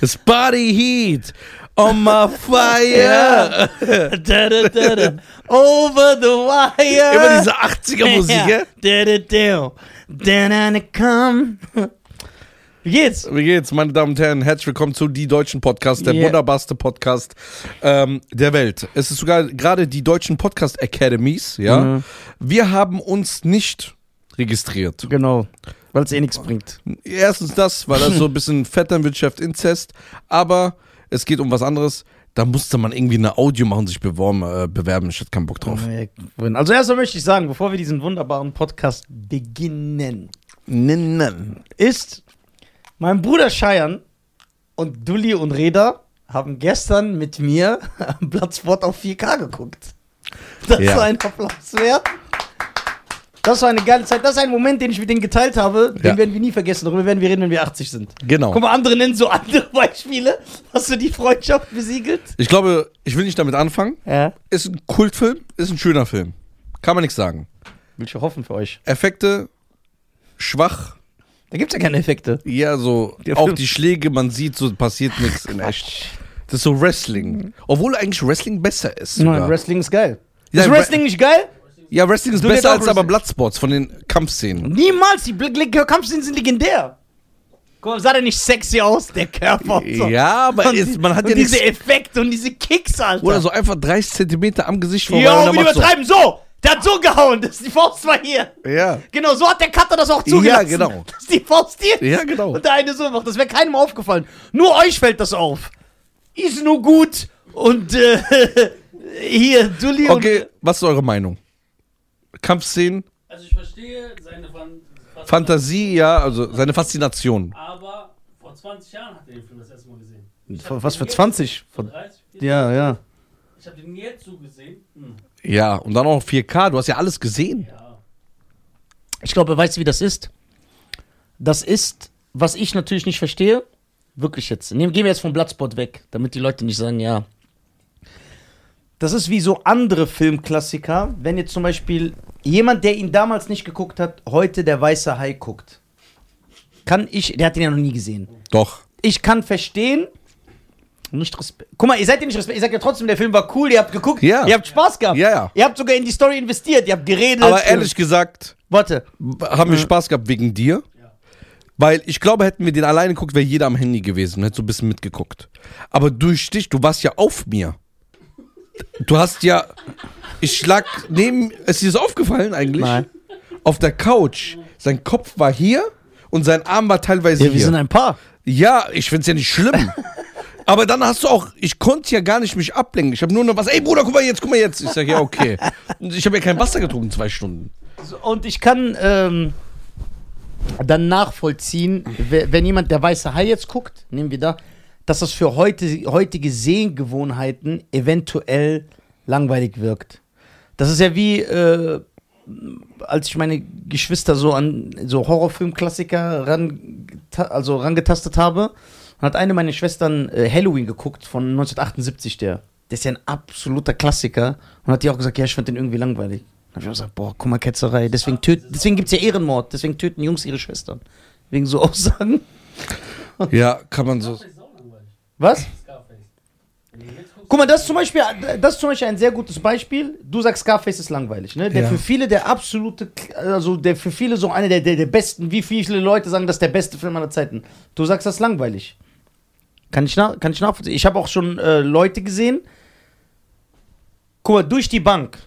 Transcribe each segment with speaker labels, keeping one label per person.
Speaker 1: It's body heat on my fire.
Speaker 2: Da, da, da, da. Over the wire.
Speaker 1: Immer diese 80er-Musik, ja.
Speaker 2: Da, da, da. Da, da, da, komm. Wie geht's?
Speaker 1: Wie geht's, meine Damen und Herren? Herzlich willkommen zu Die Deutschen Podcast, der
Speaker 2: Yeah.
Speaker 1: wunderbarste Podcast ähm, der Welt. Es ist sogar gerade die Deutschen Podcast Academies, ja.
Speaker 2: Mhm.
Speaker 1: Wir haben uns nicht registriert.
Speaker 2: Genau. Weil es eh nichts bringt.
Speaker 1: Erstens das, weil das so ein bisschen Vetternwirtschaft, Inzest, aber es geht um was anderes. Da musste man irgendwie eine Audio machen, sich beworben, äh, bewerben. Ich hatte keinen Bock drauf.
Speaker 2: Also erstmal möchte ich sagen, bevor wir diesen wunderbaren Podcast beginnen,
Speaker 1: Nein, nein.
Speaker 2: ist mein Bruder Scheiern und Dulli und Reda haben gestern mit mir am Platzwort auf 4K geguckt. Das
Speaker 1: Ja.
Speaker 2: war ein Applaus wert. Das war eine geile Zeit. Das ist ein Moment, den ich mit denen geteilt habe. Den
Speaker 1: Ja.
Speaker 2: werden wir nie vergessen. Darüber werden wir reden, wenn wir 80 sind.
Speaker 1: Genau.
Speaker 2: Guck mal, andere nennen so andere Beispiele. Hast du die Freundschaft besiegelt?
Speaker 1: Ich glaube, ich will nicht damit anfangen.
Speaker 2: Ja.
Speaker 1: Ist ein Kultfilm, ist ein schöner Film. Kann man nichts sagen.
Speaker 2: Will ich hoffen für euch.
Speaker 1: Effekte schwach,
Speaker 2: Da gibt's ja keine Effekte.
Speaker 1: ja, so
Speaker 2: Der
Speaker 1: auch
Speaker 2: Film.
Speaker 1: die Schläge, man sieht, so passiert nichts in echt. Das ist so Wrestling. Obwohl eigentlich Wrestling besser ist.
Speaker 2: Nein,
Speaker 1: sogar.
Speaker 2: Wrestling ist geil.
Speaker 1: Ja,
Speaker 2: ist
Speaker 1: Re-
Speaker 2: Wrestling nicht geil?
Speaker 1: ja, Wrestling ist
Speaker 2: Du
Speaker 1: besser
Speaker 2: redest auch
Speaker 1: als aber
Speaker 2: Wrestling.
Speaker 1: Bloodsports von den Kampfszenen.
Speaker 2: Niemals, die Bl- Bl- Kampfszenen sind legendär. Guck mal, sah der nicht sexy aus, der Körper? und so.
Speaker 1: Ja, aber
Speaker 2: und,
Speaker 1: ist, man hat
Speaker 2: und
Speaker 1: ja nichts.
Speaker 2: diese Effekte und diese Kicks, Alter.
Speaker 1: Oder so einfach 30 Zentimeter am Gesicht vorbei. und
Speaker 2: Jo,
Speaker 1: dann
Speaker 2: wir
Speaker 1: macht so.
Speaker 2: übertreiben so. Der hat so gehauen, dass die Faust war hier.
Speaker 1: Ja.
Speaker 2: Genau, so hat der Cutter das auch zugelassen.
Speaker 1: Ja, genau.
Speaker 2: Dass die Faust hier ist
Speaker 1: Ja, genau.
Speaker 2: und der eine so macht. Das wäre keinem aufgefallen. Nur euch fällt das auf. Ist nur gut und äh, hier, Dulli
Speaker 1: Okay,
Speaker 2: und...
Speaker 1: was ist eure Meinung? Kampfszenen,
Speaker 3: Also ich verstehe seine Fan
Speaker 1: Fantasie, ja, also seine Faszination.
Speaker 3: aber vor 20 Jahren hat er den Film das erste Mal gesehen.
Speaker 2: Was für 20?
Speaker 3: Vor 30? 40?
Speaker 2: Ja, ja.
Speaker 3: Ich habe den jetzt so gesehen. Hm.
Speaker 1: Ja, und dann auch noch 4K, du hast ja alles gesehen.
Speaker 3: Ja.
Speaker 2: Ich glaube, weißt du, wie das ist? Das ist, was ich natürlich nicht verstehe, wirklich jetzt. Nehmen, gehen wir jetzt vom Bloodspot weg, damit die Leute nicht sagen, ja. Das ist wie so andere Filmklassiker, wenn jetzt zum Beispiel jemand, der ihn damals nicht geguckt hat, heute der weiße Hai guckt. Kann ich, der hat ihn ja noch nie gesehen.
Speaker 1: Doch.
Speaker 2: Ich kann verstehen, nicht Respekt. Guck mal, ihr seid ja nicht Respekt, ihr sagt ja trotzdem, der Film war cool, ihr habt geguckt,
Speaker 1: Ja.
Speaker 2: ihr habt Spaß gehabt.
Speaker 1: Ja, ja.
Speaker 2: Ihr habt sogar in die Story investiert, ihr habt geredet.
Speaker 1: Aber ehrlich gesagt,
Speaker 2: Warte,
Speaker 1: haben wir Spaß gehabt wegen dir.
Speaker 3: Ja.
Speaker 1: Weil ich glaube, hätten wir den alleine geguckt, wäre jeder am Handy gewesen und hätte so ein bisschen mitgeguckt. Aber durch dich, du warst ja auf mir. Du hast ja. Ich lag neben. Ist dir das aufgefallen eigentlich?
Speaker 2: Nein.
Speaker 1: Auf der Couch. Sein Kopf war hier und sein Arm war teilweise
Speaker 2: Ja, wir
Speaker 1: hier.
Speaker 2: sind ein Paar.
Speaker 1: Ja, ich find's ja nicht schlimm. Aber dann hast du auch, ich konnte ja gar nicht mich ablenken. Ich habe nur noch was, ey Bruder, guck mal jetzt, guck mal jetzt. Ich sag ja, okay. Und Ich habe ja kein Wasser getrunken, zwei Stunden.
Speaker 2: Und ich kann ähm, dann nachvollziehen, we- wenn jemand der weiße Hai jetzt guckt, nehmen wir da, dass das für heute, heutige Sehgewohnheiten eventuell langweilig wirkt. Das ist ja wie, äh, als ich meine Geschwister so an so Horrorfilmklassiker ran, also rangetastet habe, hat eine meiner Schwestern äh, Halloween geguckt von 1978, der. Der ist ja ein absoluter Klassiker und hat die auch gesagt, ja, ich fand den irgendwie langweilig. Dann hab ich auch gesagt, boah, guck mal, Ketzerei. Deswegen, töt, deswegen gibt's ja Ehrenmord, deswegen töten Jungs ihre Schwestern. Wegen so Aussagen.
Speaker 1: Ja, kann man
Speaker 2: Also-
Speaker 1: so.
Speaker 3: Scarface ist auch langweilig.
Speaker 2: Was?
Speaker 3: Scarface. Wenn du jetzt guckst,
Speaker 2: Guck mal, das ist zum Beispiel, das ist zum Beispiel ein sehr gutes Beispiel. Du sagst, Scarface ist langweilig, ne? Der
Speaker 1: Ja.
Speaker 2: für viele der absolute, also der für viele so einer der, der, der besten, wie viele Leute sagen, das ist der beste Film aller Zeiten. Du sagst, das ist langweilig. Kann ich, nach, kann ich nachvollziehen. Ich habe auch schon äh, Leute gesehen. Guck mal, durch die Bank.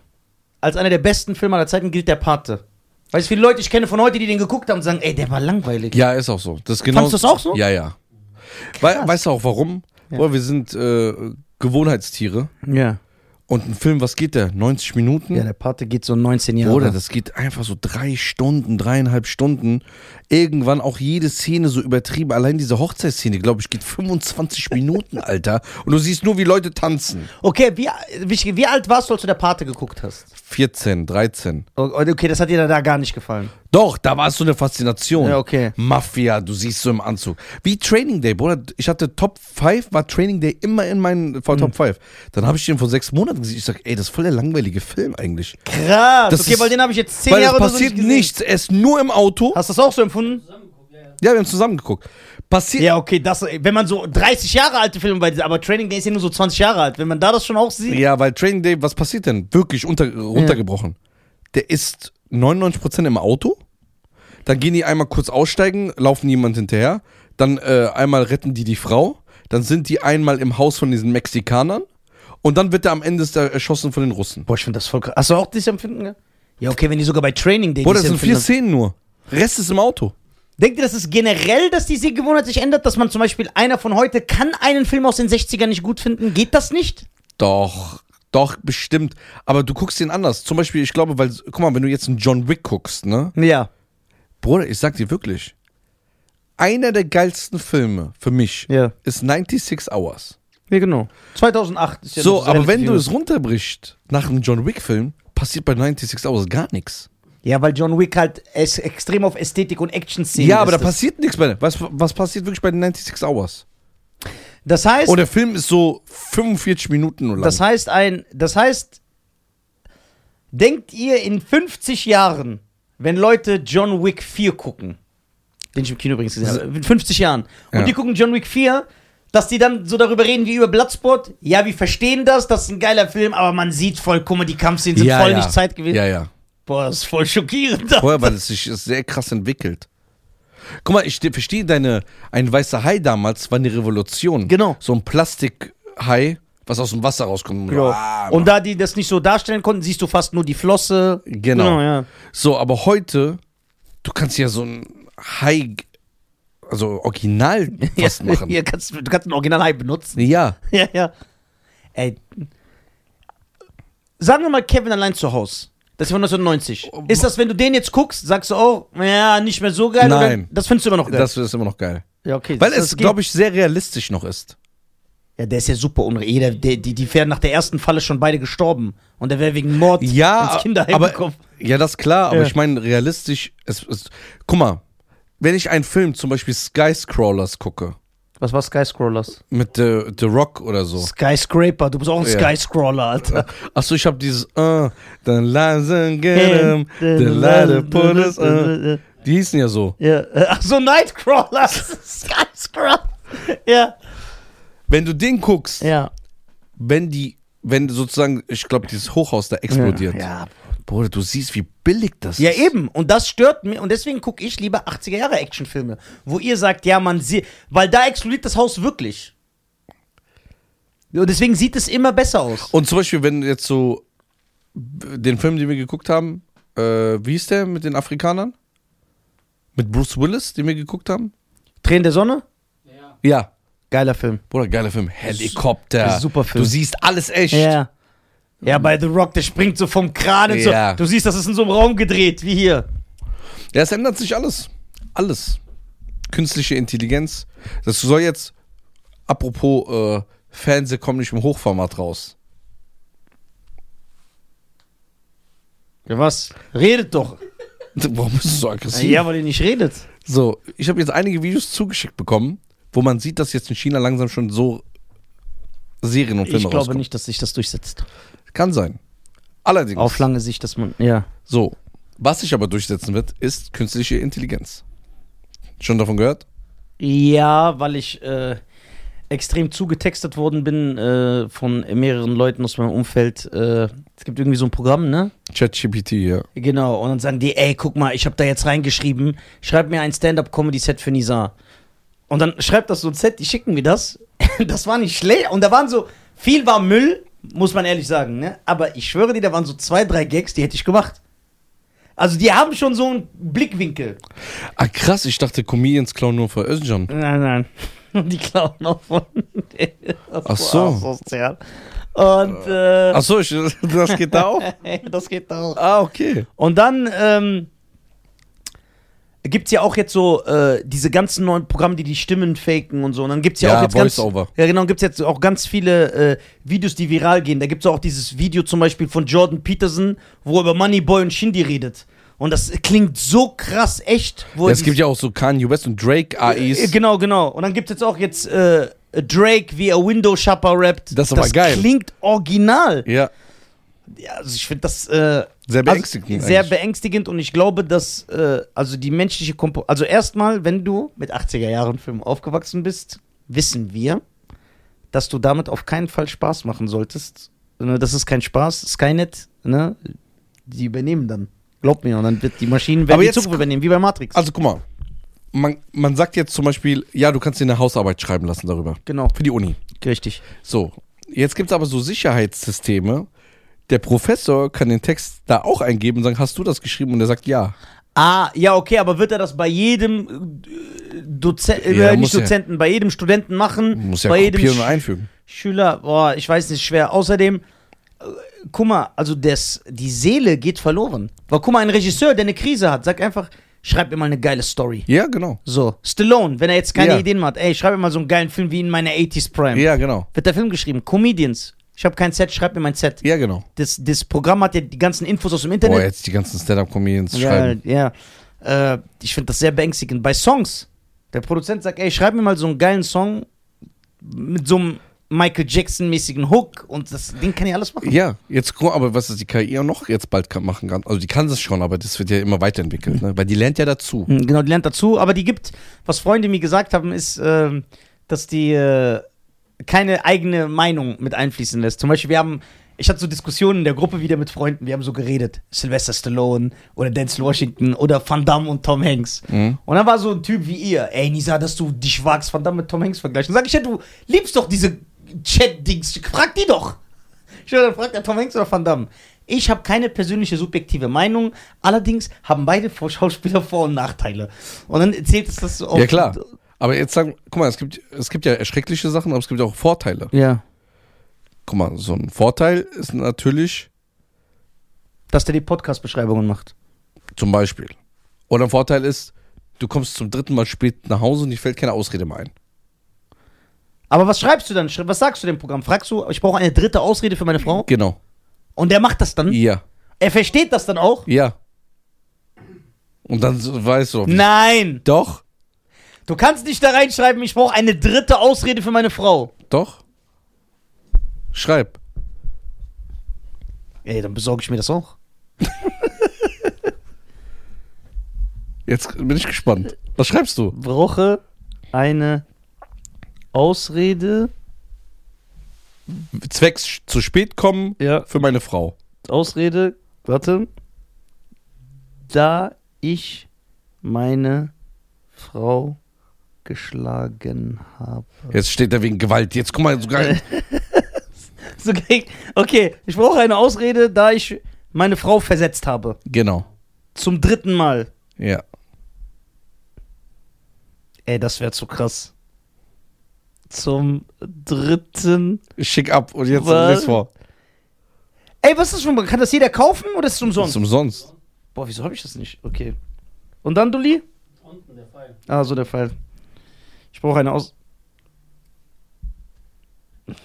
Speaker 2: Als einer der besten Filme aller Zeiten gilt der Pate. Weißt du, viele Leute, ich kenne von heute, die den geguckt haben, sagen, ey, der war langweilig.
Speaker 1: Ja, ist auch so. Das ist genau,
Speaker 2: Fandst du das auch so?
Speaker 1: Ja, ja. Wei- weißt du auch warum? Boah, wir sind äh, Gewohnheitstiere.
Speaker 2: Ja,
Speaker 1: Und ein Film, was geht der? 90 Minuten?
Speaker 2: ja der Pate geht so 19 Jahre.
Speaker 1: Oder das geht einfach so drei Stunden, dreieinhalb Stunden. Irgendwann auch jede Szene so übertrieben. Allein diese Hochzeitsszene, glaube ich, geht 25 Minuten, Alter. Und du siehst nur, wie Leute tanzen.
Speaker 2: Okay, wie, wie, wie alt warst du, als du der Pate geguckt hast?
Speaker 1: 14, 13.
Speaker 2: O- Oh, Okay, das hat dir da gar nicht gefallen.
Speaker 1: Doch, da war es so eine Faszination.
Speaker 2: Ja, okay.
Speaker 1: Mafia, du siehst so im Anzug. Wie Training Day, Bruder. Ich hatte Top 5, war Training Day immer in meinen
Speaker 2: Mhm.
Speaker 1: vor Top 5. Dann habe ich den vor sechs Monaten gesehen. Ich sag, ey, das ist voll der langweilige Film eigentlich.
Speaker 2: Krass.
Speaker 1: Das
Speaker 2: okay,
Speaker 1: ist-
Speaker 2: weil den habe ich jetzt zehn
Speaker 1: Weil
Speaker 2: Jahre
Speaker 1: es
Speaker 2: oder so
Speaker 1: passiert
Speaker 2: nicht gesehen.
Speaker 1: nichts. Er ist nur im Auto.
Speaker 2: Hast du das auch so empfunden?
Speaker 3: zusammengeguckt, ja, ja.
Speaker 1: Ja, wir haben zusammen geguckt. Passiert.
Speaker 2: Ja, okay, das, wenn man so 30 Jahre alte Filme bei dieser, aber Training Day ist ja nur so 20 Jahre alt. Wenn man da das schon auch sieht.
Speaker 1: Ja, weil Training Day, was passiert denn? Wirklich unter, runtergebrochen. Der ist 99% im Auto, dann gehen die einmal kurz aussteigen, laufen jemand hinterher, dann äh, einmal retten die die Frau, dann sind die einmal im Haus von diesen Mexikanern und dann wird er am Ende ist er erschossen von den Russen.
Speaker 2: Boah, ich finde das voll krass. Hast du auch dieses Empfinden gehabt? Ja, okay, wenn die sogar bei Training Day
Speaker 1: Boah, das
Speaker 2: dieses
Speaker 1: sind vier
Speaker 2: Empfinden
Speaker 1: Szenen nur. Rest ist im Auto.
Speaker 2: haben. Denkt ihr, das ist generell, dass die Sehgewohnheit sich ändert? Dass man zum Beispiel einer von heute kann einen Film aus den 60ern nicht gut finden? Geht das nicht?
Speaker 1: Doch, doch, bestimmt. Aber du guckst den anders. Zum Beispiel, ich glaube, weil, guck mal, wenn du jetzt einen John Wick guckst, ne?
Speaker 2: Ja.
Speaker 1: Bruder, ich sag dir wirklich, einer der geilsten Filme für mich
Speaker 2: Ja.
Speaker 1: ist 96 Hours.
Speaker 2: Ja, genau. 2008 ist ja
Speaker 1: so,
Speaker 2: noch
Speaker 1: aber
Speaker 2: relativ
Speaker 1: wenn du
Speaker 2: jung.
Speaker 1: es runterbrichst nach einem John Wick-Film, passiert bei 96 Hours gar nichts.
Speaker 2: Ja, weil John Wick halt es extrem auf Ästhetik und Action szenen
Speaker 1: Ja, aber da
Speaker 2: ist das.
Speaker 1: passiert nichts bei. Was, was passiert wirklich bei den 96 Hours?
Speaker 2: Das heißt,
Speaker 1: Und der Film ist so 45 Minuten oder lang.
Speaker 2: das heißt ein, das heißt, denkt ihr in 50 Jahren, wenn Leute John Wick 4 gucken, den ich im Kino übrigens gesehen habe, in 50 Jahren, und
Speaker 1: Ja.
Speaker 2: die gucken John Wick 4, dass die dann so darüber reden wie über Bloodsport, ja, wir verstehen das, das ist ein geiler Film, aber man sieht voll, guck mal, die Kampfszenen sind voll nicht Zeit gewesen.
Speaker 1: Ja, ja.
Speaker 2: Boah, das ist voll schockierend.
Speaker 1: Vorher, weil es sich sehr krass entwickelt. Guck mal, ich ste- verstehe deine. Ein weißer Hai damals war eine Revolution.
Speaker 2: Genau.
Speaker 1: So ein Plastikhai, was aus dem Wasser rauskommt. Ah,
Speaker 2: Ja. Genau. Und da die das nicht so darstellen konnten, siehst du fast nur die Flosse.
Speaker 1: Genau.
Speaker 2: ja.
Speaker 1: So, aber heute, du kannst ja so ein Hai, also original fast machen.
Speaker 2: Hier kannst, du du kannst ein Original-Hype benutzen.
Speaker 1: Ja,
Speaker 2: Ja, ja. Ey. Sagen wir mal Kevin allein zu Hause. Das ist von 1990.
Speaker 1: Oh,
Speaker 2: Ist das, wenn du den jetzt guckst, sagst du, oh, ja, nicht mehr so geil?
Speaker 1: Nein.
Speaker 2: Oder, das findest du immer noch geil.
Speaker 1: das ist immer noch geil.
Speaker 2: ja, okay.
Speaker 1: Weil es, glaube ich, sehr realistisch noch ist.
Speaker 2: Ja, der ist ja super unreal. Jeder- der- Die, die wären nach der ersten Falle schon beide gestorben. Und der wäre wegen Mord
Speaker 1: Ja, äh,
Speaker 2: ins Kinderheim
Speaker 1: aber,
Speaker 2: gekommen.
Speaker 1: ja, das ist klar, aber
Speaker 2: Ja.
Speaker 1: ich meine, realistisch, es, es, guck mal, wenn ich einen Film, zum Beispiel Skyscrawlers gucke,
Speaker 2: Was war Skyscrawlers?
Speaker 1: mit The, The Rock oder so.
Speaker 2: Skyscraper. Du bist auch ein
Speaker 1: Ja.
Speaker 2: Skyscrawler, Alter.
Speaker 1: Achso, ich habe dieses, äh, dann langsam gehen, dann leider put us, äh. Die hießen ja so.
Speaker 2: Ja, äh, ach so, Nightcrawler. Skyscrawler. Ja.
Speaker 1: Wenn du den guckst,
Speaker 2: Ja.
Speaker 1: wenn die, wenn sozusagen, ich glaube, dieses Hochhaus da explodiert.
Speaker 2: Ja.
Speaker 1: Bruder, du siehst, wie billig das
Speaker 2: Ja,
Speaker 1: ist.
Speaker 2: eben. Und das stört mich. Und deswegen gucke ich lieber 80er-Jahre-Actionfilme, wo ihr sagt, ja, man sieht. Weil da explodiert das Haus wirklich. Und deswegen sieht es immer besser aus.
Speaker 1: Und zum Beispiel, wenn jetzt so b- den Film, den wir geguckt haben, äh, wie hieß der mit den Afrikanern? Mit Bruce Willis, den wir geguckt haben?
Speaker 2: Tränen der Sonne?
Speaker 3: Ja, ja.
Speaker 1: Ja.
Speaker 2: Geiler Film.
Speaker 1: Bruder, geiler Film. Helikopter.
Speaker 2: super Film.
Speaker 1: Du siehst alles echt.
Speaker 2: Ja. Ja, bei The Rock, der springt so vom Kran und
Speaker 1: Ja.
Speaker 2: so. Du siehst, das ist in so einem Raum gedreht, wie hier.
Speaker 1: Ja, es ändert sich alles. Alles. Künstliche Intelligenz. Das soll jetzt, apropos, äh, Fernseh kommen nicht im Hochformat raus.
Speaker 2: Ja, was? Redet doch.
Speaker 1: Warum bist du so aggressiv?
Speaker 2: Ja, weil ihr nicht redet.
Speaker 1: So, ich habe jetzt einige Videos zugeschickt bekommen, wo man sieht, dass jetzt in China langsam schon so Serien und Filme
Speaker 2: Ich glaube
Speaker 1: rauskommen.
Speaker 2: nicht, dass sich das durchsetzt.
Speaker 1: Kann sein. Allerdings.
Speaker 2: Auf lange Sicht, dass man. Ja.
Speaker 1: So, was sich aber durchsetzen wird, ist künstliche Intelligenz. Schon davon gehört?
Speaker 2: Ja, weil ich äh, extrem zugetextet worden bin äh, von mehreren Leuten aus meinem Umfeld. Äh, es gibt irgendwie so ein Programm, ne?
Speaker 1: ChatGPT, ja.
Speaker 2: Genau. Und dann sagen die, ey, guck mal, ich habe da jetzt reingeschrieben, schreib mir ein Stand-up-Comedy-Set für Nisa. Und dann schreibt das so ein Set, die schicken mir das. das war nicht schlecht. Und da waren so, viel war Müll, muss man ehrlich sagen, ne? Aber ich schwöre dir, da waren so zwei, drei Gags, die hätte ich gemacht. Also die haben schon so einen Blickwinkel.
Speaker 1: Ah, krass, ich dachte, Comedians klauen nur für Özcan.
Speaker 2: Nein, nein. Und die klauen auch von. Das
Speaker 1: Ach so.
Speaker 2: war asozial. Und äh,
Speaker 1: Achso, ich- das geht da auch?
Speaker 2: das geht auch.
Speaker 1: Ah, okay.
Speaker 2: Und dann ähm, gibt es ja auch jetzt so äh, diese ganzen neuen Programme, die die Stimmen faken und so. Und dann gibt es ja,
Speaker 1: Ja,
Speaker 2: auch jetzt
Speaker 1: Voice-Over.
Speaker 2: ganz, ja genau, gibt es jetzt auch ganz viele äh, Videos, die viral gehen. Da gibt es auch dieses Video zum Beispiel von Jordan Peterson, wo er über Moneyboy und Shindy redet. Und das klingt so krass echt. Wo
Speaker 1: Ja,
Speaker 2: er
Speaker 1: es gibt
Speaker 2: dieses-
Speaker 1: ja auch so Kanye West und Drake
Speaker 2: Äh,
Speaker 1: AIs.
Speaker 2: Genau, genau. Und dann gibt es jetzt auch jetzt äh, Drake, wie er Window Shopper rappt.
Speaker 1: Das ist aber geil.
Speaker 2: klingt original.
Speaker 1: Ja.
Speaker 2: Ja, also ich finde das äh,
Speaker 1: Sehr beängstigend
Speaker 2: Also, sehr
Speaker 1: eigentlich.
Speaker 2: beängstigend und ich glaube, dass äh, also die menschliche Kompo also erstmal, wenn du mit 80er Jahren Filmen aufgewachsen bist, wissen wir, dass du damit auf keinen Fall Spaß machen solltest. Ne, Das ist kein Spaß, Skynet, ne? Die übernehmen dann. Glaub mir, und dann wird die Maschinen werden
Speaker 1: Aber
Speaker 2: die
Speaker 1: jetzt-
Speaker 2: Zukunft übernehmen, wie bei Matrix.
Speaker 1: Also guck mal, man, man sagt jetzt zum Beispiel, ja, du kannst dir eine Hausarbeit schreiben lassen darüber.
Speaker 2: genau,
Speaker 1: Für die Uni.
Speaker 2: richtig.
Speaker 1: So, jetzt gibt es aber so Sicherheitssysteme. Der Professor kann den Text da auch eingeben und sagen, hast du das geschrieben? Und er sagt ja.
Speaker 2: Ah, ja, okay, aber wird er das bei jedem äh, Dozent,
Speaker 1: Ja,
Speaker 2: äh, nicht
Speaker 1: muss ja.
Speaker 2: Dozenten, bei jedem Studenten machen?
Speaker 1: Muss ja
Speaker 2: bei jedem
Speaker 1: kopieren und
Speaker 2: Sch-
Speaker 1: einfügen.
Speaker 2: Schüler, boah, ich weiß nicht, schwer. Außerdem, äh, guck mal, also das, die Seele geht verloren. Weil guck mal, ein Regisseur, der eine Krise hat, sagt einfach, schreib mir mal eine geile Story.
Speaker 1: Ja, genau.
Speaker 2: So, Stallone, wenn er jetzt keine
Speaker 1: Ja.
Speaker 2: Ideen mehr hat, ey, schreib mir mal so einen geilen Film wie in meiner 80s Prime.
Speaker 1: Ja, genau.
Speaker 2: Wird der Film geschrieben. Comedians, ich habe kein Set, schreib mir mein Set.
Speaker 1: Ja, genau.
Speaker 2: Das, das Programm hat ja die ganzen Infos aus dem Internet.
Speaker 1: Boah, jetzt die ganzen Stand-Up-Comedians
Speaker 2: Ja,
Speaker 1: schreiben.
Speaker 2: ja. Äh, ich finde das sehr beängstigend. Bei Songs, der Produzent sagt, ey, schreib mir mal so einen geilen Song mit so einem Michael Jackson-mäßigen Hook und das Ding kann ja alles machen.
Speaker 1: Ja, jetzt guck, aber was ist die KI auch noch jetzt bald kann, machen kann. Also die kann es schon, aber das wird ja immer weiterentwickelt, ne? Weil die lernt ja dazu.
Speaker 2: Mhm, Genau, die lernt dazu, aber die gibt, was Freunde mir gesagt haben, ist, ähm, dass die äh, keine eigene Meinung mit einfließen lässt. Zum Beispiel, wir haben, ich hatte so Diskussionen in der Gruppe wieder mit Freunden, wir haben so geredet, Sylvester Stallone oder Denzel Washington oder Van Damme und Tom Hanks.
Speaker 1: Mhm.
Speaker 2: Und dann war so ein Typ wie ihr, ey Nisa, dass du dich wagst, Van Damme mit Tom Hanks vergleichen. Sag ich, ja, du liebst doch diese Chat-Dings, frag die doch. Ich dann fragt er Tom Hanks oder Van Damme. Ich habe keine persönliche subjektive Meinung, allerdings haben beide Vor- Schauspieler Vor- und Nachteile. Und dann erzählt es das so auf.
Speaker 1: Ja, klar. Aber jetzt sagen, guck mal, es gibt, es gibt ja erschreckliche Sachen, aber es gibt auch Vorteile.
Speaker 2: Ja.
Speaker 1: Guck mal, so ein Vorteil ist natürlich
Speaker 2: Dass der die Podcast-Beschreibungen macht.
Speaker 1: zum Beispiel. Oder ein Vorteil ist, du kommst zum dritten Mal spät nach Hause und dir fällt keine Ausrede mehr ein.
Speaker 2: Aber was schreibst du dann? Schri- Was sagst du dem Programm? Fragst du, ich brauche eine dritte Ausrede für meine Frau?
Speaker 1: Genau.
Speaker 2: Und der macht das dann?
Speaker 1: Ja.
Speaker 2: Er versteht das dann auch?
Speaker 1: Ja. Und dann so- weißt du,
Speaker 2: Nein!
Speaker 1: doch,
Speaker 2: Du kannst nicht da reinschreiben, ich brauche eine dritte Ausrede für meine Frau.
Speaker 1: doch. Schreib.
Speaker 2: Ey, dann besorge ich mir das auch.
Speaker 1: Jetzt bin ich gespannt. Was schreibst du?
Speaker 2: Brauche eine Ausrede.
Speaker 1: Zwecks sch- zu spät kommen
Speaker 2: Ja.
Speaker 1: für meine Frau.
Speaker 2: Ausrede, warte. Da ich meine Frau geschlagen habe.
Speaker 1: Jetzt steht er wegen Gewalt. Jetzt guck mal, sogar.
Speaker 2: So, okay, okay, ich brauche eine Ausrede, da ich meine Frau versetzt habe.
Speaker 1: genau.
Speaker 2: Zum dritten Mal.
Speaker 1: Ja.
Speaker 2: Ey, das wäre zu krass. Zum dritten.
Speaker 1: Schick ab und jetzt
Speaker 2: Was?
Speaker 1: lies vor.
Speaker 2: Ey, was ist das für Kann das jeder kaufen oder ist es
Speaker 1: Ist
Speaker 2: umsonst?
Speaker 1: umsonst.
Speaker 2: Boah, wieso habe ich das nicht? Okay. Und dann, Dulli?
Speaker 3: Unten der Pfeil.
Speaker 2: Ah, so der Fall. Ich brauche eine Aus.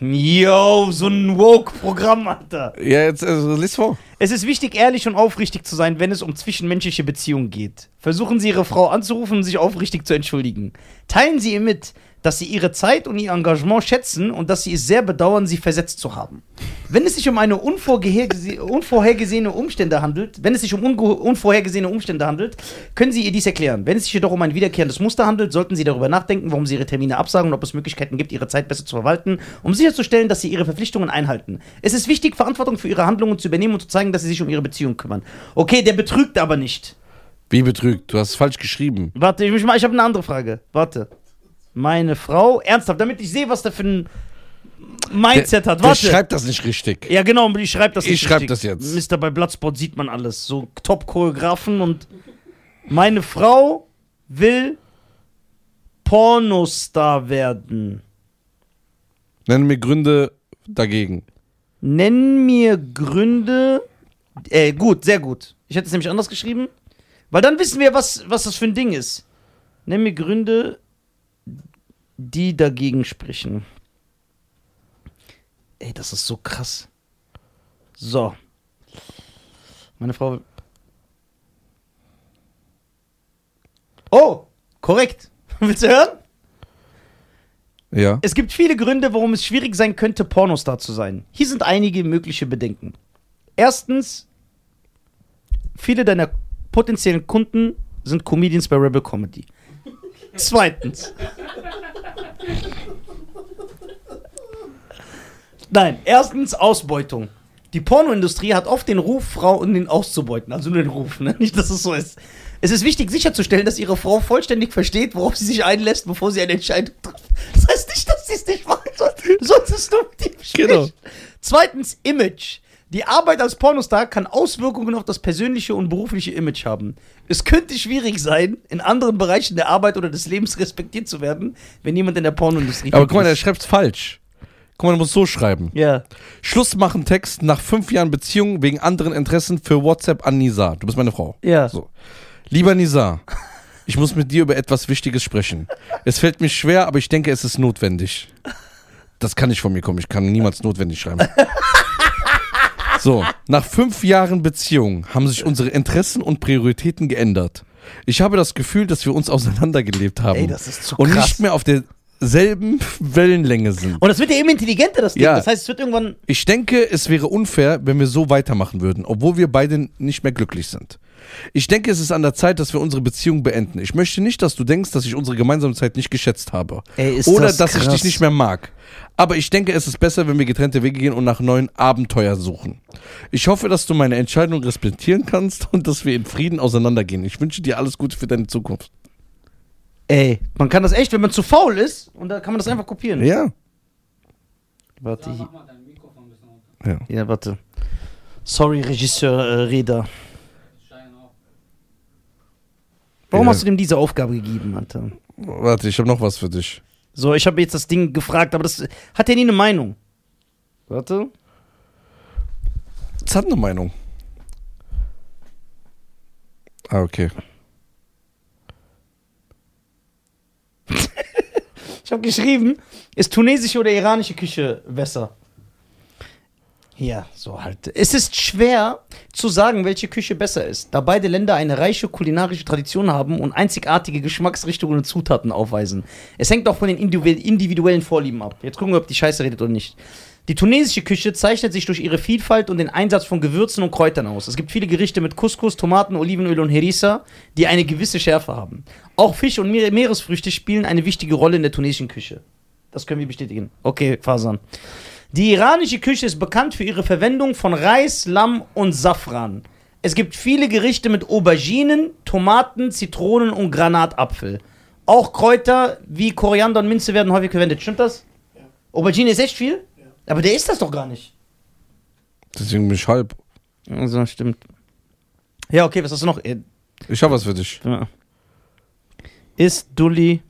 Speaker 2: Yo, so ein Woke-Programm, Alter.
Speaker 1: Ja, jetzt also, lies vor.
Speaker 2: Es ist wichtig, ehrlich und aufrichtig zu sein, wenn es um zwischenmenschliche Beziehungen geht. Versuchen Sie, Ihre Frau anzurufen und sich aufrichtig zu entschuldigen. Teilen Sie ihr mit, dass Sie Ihre Zeit und Ihr Engagement schätzen und dass Sie es sehr bedauern, Sie versetzt zu haben. Wenn es sich um eine unvorgehege- unvorhergesehene Umstände handelt, wenn es sich um unge- unvorhergesehene Umstände handelt, können Sie ihr dies erklären. Wenn es sich jedoch um ein wiederkehrendes Muster handelt, sollten Sie darüber nachdenken, warum Sie Ihre Termine absagen und ob es Möglichkeiten gibt, Ihre Zeit besser zu verwalten, um sicherzustellen, dass Sie Ihre Verpflichtungen einhalten. Es ist wichtig, Verantwortung für Ihre Handlungen zu übernehmen und zu zeigen, dass Sie sich um Ihre Beziehung kümmern. Okay, der betrügt aber nicht.
Speaker 1: Wie betrügt? Du hast es falsch geschrieben.
Speaker 2: Warte, ich, muss mal- ich habe eine andere Frage. Warte. Meine Frau, ernsthaft, damit ich sehe, was der für ein Mindset hat.
Speaker 1: Der
Speaker 2: Warte.
Speaker 1: schreibt das nicht richtig.
Speaker 2: Ja, genau, ich schreibe das
Speaker 1: Ich
Speaker 2: nicht
Speaker 1: schreib
Speaker 2: richtig.
Speaker 1: das jetzt.
Speaker 2: Mister, bei Bloodsport sieht man alles. So Top-Choreografen und meine Frau will Pornostar werden.
Speaker 1: Nenne mir Gründe dagegen.
Speaker 2: Nenn mir Gründe. Äh, gut, sehr gut. Ich hätte es nämlich anders geschrieben. Weil dann wissen wir, was, was das für ein Ding ist. Nenn mir Gründe, die dagegen sprechen. Ey, das ist so krass. So. Meine Frau. Oh, korrekt. Willst du hören?
Speaker 1: Ja.
Speaker 2: Es gibt viele Gründe, warum es schwierig sein könnte, Pornostar zu sein. Hier sind einige mögliche Bedenken. Erstens, viele deiner potenziellen Kunden sind Comedians bei Rebel Comedy. Zweitens. Nein, erstens Ausbeutung. Die Pornoindustrie hat oft den Ruf, Frauen auszubeuten. Also nur den Ruf, ne? nicht, dass es so ist. Es ist wichtig sicherzustellen, dass ihre Frau vollständig versteht, worauf sie sich einlässt, bevor sie eine Entscheidung trifft. Das heißt nicht, dass sie es nicht machen soll, sonst ist du mit ihr sprichst.
Speaker 1: Genau.
Speaker 2: Zweitens Image. Die Arbeit als Pornostar kann Auswirkungen auf das persönliche und berufliche Image haben. Es könnte schwierig sein, in anderen Bereichen der Arbeit oder des Lebens respektiert zu werden, wenn jemand in der Pornoindustrie
Speaker 1: Aber guck mal, der
Speaker 2: ist.
Speaker 1: schreibt's falsch. Guck mal, du musst so schreiben.
Speaker 2: Ja.
Speaker 1: Schluss machen Text nach fünf Jahren Beziehung wegen anderen Interessen für WhatsApp an Nisa. Du bist meine Frau.
Speaker 2: Ja.
Speaker 1: So. Lieber Nisa, ich muss mit dir über etwas Wichtiges sprechen. Es fällt mir schwer, aber ich denke, es ist notwendig. Das kann nicht von mir kommen. Ich kann niemals notwendig schreiben. So, nach fünf Jahren Beziehung haben sich unsere Interessen und Prioritäten geändert. Ich habe das Gefühl, dass wir uns auseinandergelebt haben
Speaker 2: Ey, das ist zu
Speaker 1: und
Speaker 2: krass.
Speaker 1: nicht mehr auf derselben Wellenlänge sind.
Speaker 2: Und das wird ja immer intelligenter, das Ding.
Speaker 1: Ja.
Speaker 2: Das heißt, es wird irgendwann.
Speaker 1: Ich denke, es wäre unfair, wenn wir so weitermachen würden, obwohl wir beide nicht mehr glücklich sind. Ich denke, es ist an der Zeit, dass wir unsere Beziehung beenden. Ich möchte nicht, dass du denkst, dass ich unsere gemeinsame Zeit nicht geschätzt habe.
Speaker 2: Ey, ist
Speaker 1: oder
Speaker 2: das
Speaker 1: dass ich
Speaker 2: krass.
Speaker 1: dich nicht mehr mag. Aber ich denke, es ist besser, wenn wir getrennte Wege gehen und nach neuen Abenteuern suchen. Ich hoffe, dass du meine Entscheidung respektieren kannst und dass wir in Frieden auseinandergehen. Ich wünsche dir alles Gute für deine Zukunft.
Speaker 2: Ey, man kann das echt, wenn man zu faul ist, und dann kann man das einfach kopieren.
Speaker 1: Ja.
Speaker 2: Warte, hier-
Speaker 3: mach mal dein Mikrofon ein bisschen runter.
Speaker 1: ja.
Speaker 2: ja, warte. Sorry, Regisseur äh, Reda.
Speaker 3: Schein auf.
Speaker 2: Warum
Speaker 1: Ja.
Speaker 2: hast du dem diese Aufgabe gegeben, Alter?
Speaker 1: Warte, ich habe noch was für dich.
Speaker 2: So, ich habe jetzt das Ding gefragt, aber das hat ja nie eine Meinung. Warte.
Speaker 1: Es hat eine ne Meinung. Ah, okay.
Speaker 2: Ich habe geschrieben, ist tunesische oder iranische Küche besser? Ja, so halt. Es ist schwer zu sagen, welche Küche besser ist, da beide Länder eine reiche kulinarische Tradition haben und einzigartige Geschmacksrichtungen und Zutaten aufweisen. Es hängt auch von den individu- individuellen Vorlieben ab. Jetzt gucken wir, ob die Scheiße redet oder nicht. Die tunesische Küche zeichnet sich durch ihre Vielfalt und den Einsatz von Gewürzen und Kräutern aus. Es gibt viele Gerichte mit Couscous, Tomaten, Olivenöl und Herissa, die eine gewisse Schärfe haben. Auch Fisch und Meer- Meeresfrüchte spielen eine wichtige Rolle in der tunesischen Küche. Das können wir bestätigen. Okay, Fasan. Die iranische Küche ist bekannt für ihre Verwendung von Reis, Lamm und Safran. Es gibt viele Gerichte mit Auberginen, Tomaten, Zitronen und Granatapfel. Auch Kräuter wie Koriander und Minze werden häufig verwendet. Stimmt das? Aubergine ist echt viel? Aber der ist das doch gar nicht.
Speaker 1: Deswegen bin ich halb.
Speaker 2: Also, stimmt. Ja, okay, was hast du noch? Äh,
Speaker 1: Ich habe was für dich.
Speaker 2: Ja. Ist Dully.